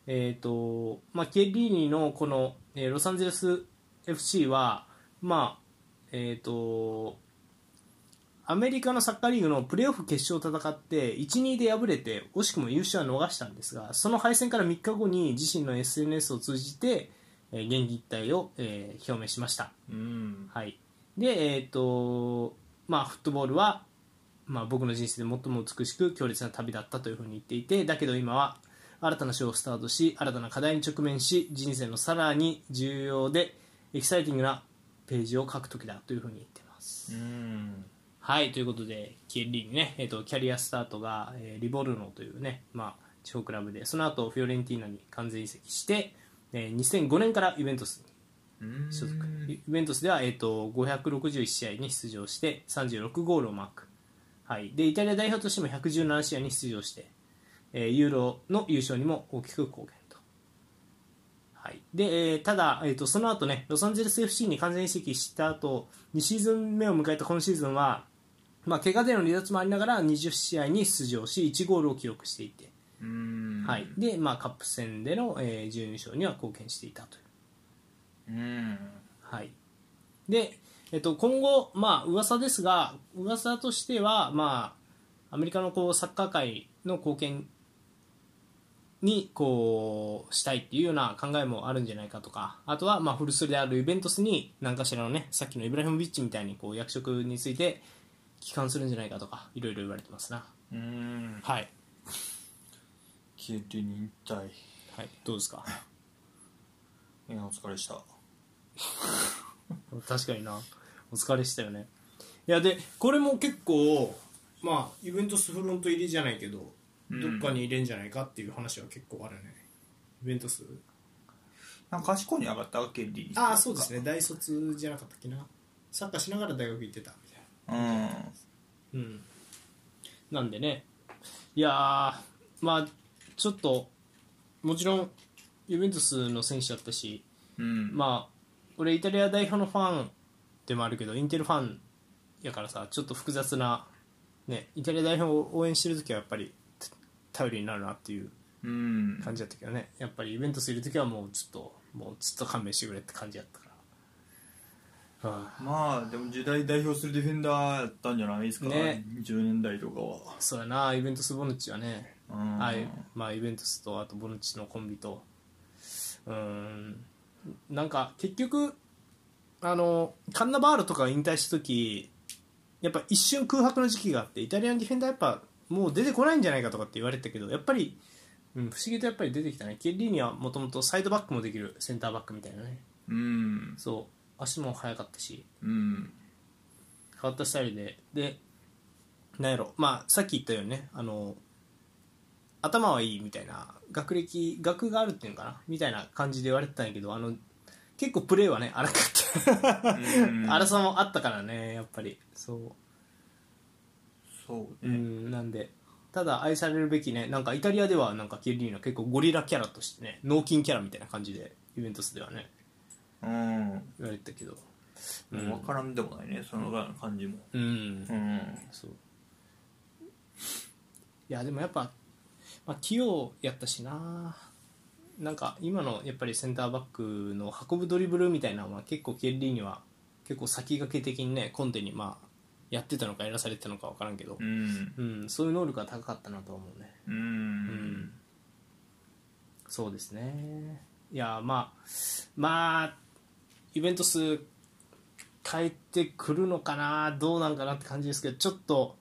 [SPEAKER 1] えーとまあ、キエリーニのこの、えーロサンゼルス FC は、まあえー、とアメリカのサッカーリーグのプレーオフ決勝を戦って1、2で敗れて惜しくも優勝は逃したんですがその敗戦から3日後に自身の SNS を通じて、えー、現実態を、えー表明しました。
[SPEAKER 2] うん
[SPEAKER 1] はい、でえっ、とまあフットボールは、まあ、僕の人生で最も美しく強烈な旅だったというふうに言っていてだけど今は新たな章をスタートし新たな課題に直面し人生のさらに重要でエキサイティングなページを書く時だというふうに言ってます
[SPEAKER 2] うん
[SPEAKER 1] はいということでキエリーにね、えー、とキャリアスタートが、えーリボルノというね、まあ、地方クラブでその後フィオレンティーナに完全移籍して、えー2005年からユベントスに
[SPEAKER 2] うん
[SPEAKER 1] 所属ユベントスでは、えー、と561試合に出場して36ゴールをマーク、はい、でイタリア代表としても117試合に出場して、えーユーロの優勝にも大きく貢献と、はいでえーただ、えー、とその後ねロサンゼルス FC に完全移籍した後2シーズン目を迎えた今シーズンは、まあ、怪我での離脱もありながら20試合に出場し1ゴールを記録していて、
[SPEAKER 2] うん
[SPEAKER 1] はいでまあ、カップ戦での、えー準優勝には貢献していたという。
[SPEAKER 2] うん
[SPEAKER 1] はい、で、えっと、今後、まあ噂ですが噂としては、まあ、アメリカのこうサッカー界の貢献にこうしたいっていうような考えもあるんじゃないかとかあとはまあ古巣であるイベントスに何かしらのねさっきのイブラヒモビッチみたいにこう役職について帰還するんじゃないかとかいろいろ言われてますな
[SPEAKER 2] うん
[SPEAKER 1] はい、
[SPEAKER 2] 消えて引退
[SPEAKER 1] はい、どうですか
[SPEAKER 2] いやお疲れした
[SPEAKER 1] 確かになお疲れしたよねいやでこれも結構まあイベントスフロント入りじゃないけどどっかに入れんじゃないかっていう話は結構あるね。イベント数
[SPEAKER 2] なんか賢いに上がったわけで
[SPEAKER 1] ああ、そうですね。大卒じゃなかったっけな。サッカーしながら大学行ってたみたい
[SPEAKER 2] うん
[SPEAKER 1] な。うん。なんでね。いやー、まあ、ちょっと、もちろん、ユベントスの選手だったし、
[SPEAKER 2] うん
[SPEAKER 1] まあ、俺、イタリア代表のファンでもあるけど、インテルファンやからさ、ちょっと複雑な、ね、イタリア代表を応援してるときは、やっぱり、頼りになるなっていう
[SPEAKER 2] うん
[SPEAKER 1] 感じだったけどねやっぱりイベントする時はもうちょっともうちょっと勘弁してくれって感じだったから、はあ、
[SPEAKER 2] まあでも時代代表するディフェンダーやったんじゃないですか、
[SPEAKER 1] ね
[SPEAKER 2] 10年代とかは
[SPEAKER 1] そうやなイベントスボヌッチはね、
[SPEAKER 2] うん
[SPEAKER 1] はいまあ、イベントスとあとボヌッチのコンビとうーんなんか結局あのカンナバールとかが引退した時やっぱ一瞬空白の時期があってイタリアのディフェンダーやっぱもう出てこないんじゃないかとかって言われてたけどやっぱりうん、不思議とやっぱり出てきたねケリーニはもともとサイドバックもできるセンターバックみたいなね
[SPEAKER 2] うん
[SPEAKER 1] そう足も速かったし
[SPEAKER 2] うん
[SPEAKER 1] 変わったスタイルででなんやろまあさっき言ったようにねあの頭はいいみたいな学歴学があるっていうのかなみたいな感じで言われてたんやけどあの結構プレーはね荒かった
[SPEAKER 2] うん
[SPEAKER 1] 荒さもあったからねやっぱりそう
[SPEAKER 2] そう
[SPEAKER 1] う
[SPEAKER 2] ね、
[SPEAKER 1] んなんでただ愛されるべきねなんかイタリアではなんかケリーニは結構ゴリラキャラとしてね脳筋キャラみたいな感じでユベントスではね
[SPEAKER 2] うん
[SPEAKER 1] 言われてたけど
[SPEAKER 2] うん、分からんでもないねその感じも
[SPEAKER 1] うん
[SPEAKER 2] うん
[SPEAKER 1] そういやでもやっぱ、まあ、器用やったしななんか今のやっぱりセンターバックの運ぶドリブルみたいなのは結構ケリーニは結構先駆け的にねコンテにまあやってたのかやらされてたのか分からんけど
[SPEAKER 2] う、ん
[SPEAKER 1] うん、そういう能力が高かったなとは思うね
[SPEAKER 2] うん、
[SPEAKER 1] んそうですねいやまあまあイベント数変えてくるのかなどうなんかなって感じですけどちょっと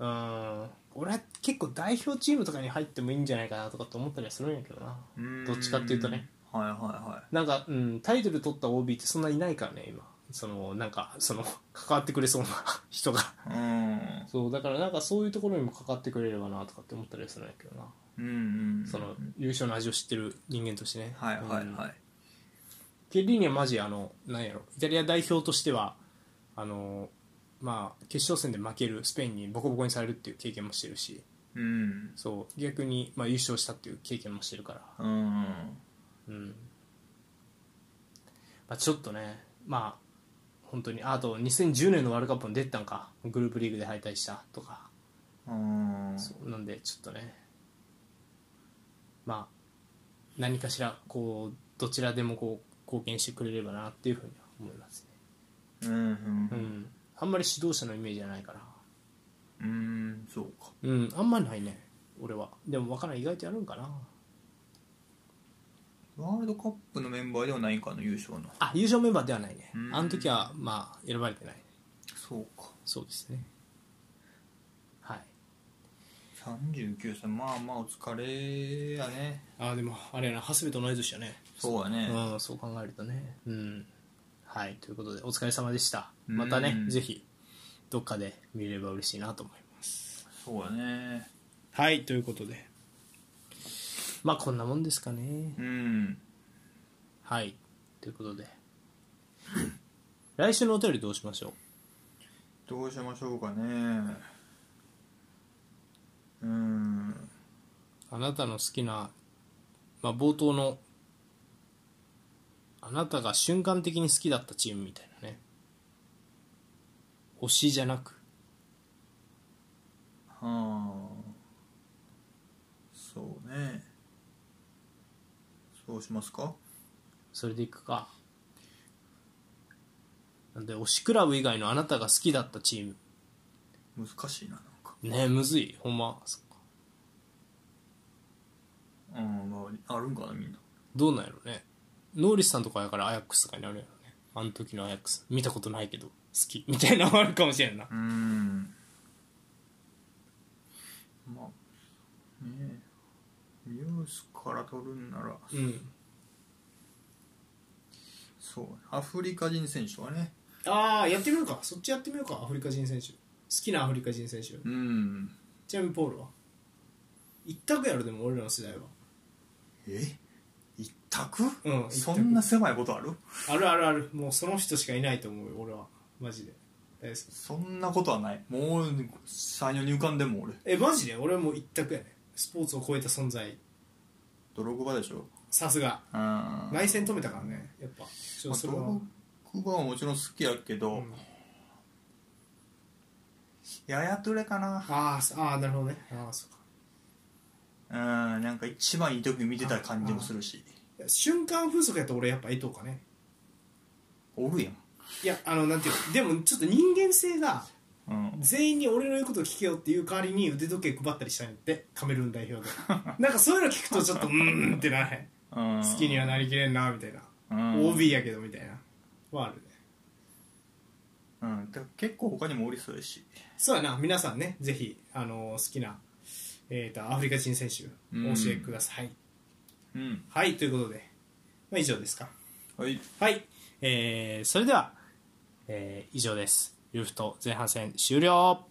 [SPEAKER 1] うーん俺は結構代表チームとかに入ってもいいんじゃないかなとかと思ったりはするんやけどな
[SPEAKER 2] うん
[SPEAKER 1] どっちかっていうとね
[SPEAKER 2] はいはいは
[SPEAKER 1] なんか、うん、タイトル取った OB ってそんないないからね今そのなんかその 関わってくれそうな 人が
[SPEAKER 2] いうん
[SPEAKER 1] そうだからなんかそういうところにも関わってくれればなとかって思ったりはするんやけどな
[SPEAKER 2] うんうん
[SPEAKER 1] その優勝の味を知ってる人間としてね
[SPEAKER 2] はいはい
[SPEAKER 1] うん
[SPEAKER 2] はい
[SPEAKER 1] ケリーニはマジあのなんやろイタリア代表としてはあのまあ決勝戦で負けるスペインにボコボコにされるっていう経験もしてるし
[SPEAKER 2] うん
[SPEAKER 1] そう逆に、まあ、優勝したっていう経験もしてるから、
[SPEAKER 2] うん
[SPEAKER 1] うんまあ、ちょっとねまあ本当にあと2010年のワールドカップも出てたんかグループリーグで敗退したとか
[SPEAKER 2] うん
[SPEAKER 1] そうなんでちょっとねまあ何かしらこうどちらでもこう貢献してくれればなっていうふうには思いますね
[SPEAKER 2] うんうん
[SPEAKER 1] うん、あんまり指導者のイメージじゃないから
[SPEAKER 2] うんそうか
[SPEAKER 1] うんあんまないね俺はでも分からん意外とやるんかな
[SPEAKER 2] ワールドカップのメンバーではないんかの優勝の
[SPEAKER 1] あ優勝メンバーではないね
[SPEAKER 2] うん
[SPEAKER 1] あの時はまあ選ばれてない
[SPEAKER 2] そうか
[SPEAKER 1] そうですねはい
[SPEAKER 2] 39歳まあまあお疲れやね
[SPEAKER 1] あでもあれやな長谷部と同い年だね
[SPEAKER 2] そうやね
[SPEAKER 1] うんそう考えるとねうんはいということでお疲れ様でしたまた
[SPEAKER 2] う
[SPEAKER 1] ね
[SPEAKER 2] ん
[SPEAKER 1] ぜひどっかで見れれば嬉しいなと思います
[SPEAKER 2] そうやね
[SPEAKER 1] はいということでまあこんなもんですかね
[SPEAKER 2] うん
[SPEAKER 1] はいということで 来週のお便りどうしましょ
[SPEAKER 2] どうしましょうかねうん
[SPEAKER 1] うあなたの好きな、まあ、冒頭のあなたが瞬間的に好きだったチームみたいなね推しじゃなく
[SPEAKER 2] はあそうねそうしますか
[SPEAKER 1] それでいくかなんで推しクラブ以外のあなたが好きだったチー
[SPEAKER 2] 難しいななんか
[SPEAKER 1] ムねむずいほんまそっか
[SPEAKER 2] うんまああるんかなみんな
[SPEAKER 1] どうなんやろねノーリスさんとかやからアヤックスとかになるやろねあの時のアヤックス見たことないけど好きみたいなのもあるかもしれんな
[SPEAKER 2] うんまあねえニュースから取るんなら
[SPEAKER 1] うん
[SPEAKER 2] そうアフリカ人選手はね
[SPEAKER 1] ああやってみようかそっちやってみようかアフリカ人選手好きなアフリカ人選手
[SPEAKER 2] うん
[SPEAKER 1] ちなみにポールは一択やろでも俺らの世代は
[SPEAKER 2] え一択
[SPEAKER 1] うん一択
[SPEAKER 2] そんな狭いことある
[SPEAKER 1] あるあるあるもうその人しかいないと思うよ俺はマジで大好き
[SPEAKER 2] そんなことはないもう34に浮かんでんもん俺
[SPEAKER 1] えマジで俺はもう一択やねスポーツを超えた存在
[SPEAKER 2] ドログバでしょ
[SPEAKER 1] さすが
[SPEAKER 2] うんまあ
[SPEAKER 1] 内戦止めたからねやっぱちょっとそ
[SPEAKER 2] ド
[SPEAKER 1] れは
[SPEAKER 2] ログバはもちろん好きやけど、
[SPEAKER 1] うん
[SPEAKER 2] ややトレかな
[SPEAKER 1] あーそあーなるほどねああそうか
[SPEAKER 2] うんなんか一番いい時見てた感じもするし
[SPEAKER 1] いや瞬間風速やと俺やっぱ江藤かね
[SPEAKER 2] おるやん
[SPEAKER 1] いやあのなんていうのでもちょっと人間性が
[SPEAKER 2] うん
[SPEAKER 1] 全員に俺の言うことを聞けよっていう代わりに腕時計配ったりしたんやってカメルーン代表 でなんかそういうの聞くとちょっとうーんってならへん
[SPEAKER 2] 好
[SPEAKER 1] 好きにはなりきれんなみたいな、
[SPEAKER 2] うん、
[SPEAKER 1] OB やけどみたいなはあるね
[SPEAKER 2] うん、でも結構他にもおりそうやし
[SPEAKER 1] そうやな皆さんねぜひあの好きなえー、とアフリカ人選手
[SPEAKER 2] うん
[SPEAKER 1] お教えください、
[SPEAKER 2] うん
[SPEAKER 1] はいということで、まあ、以上ですか
[SPEAKER 2] はい
[SPEAKER 1] はい、えーそれでは、えー以上ですルフト前半戦終了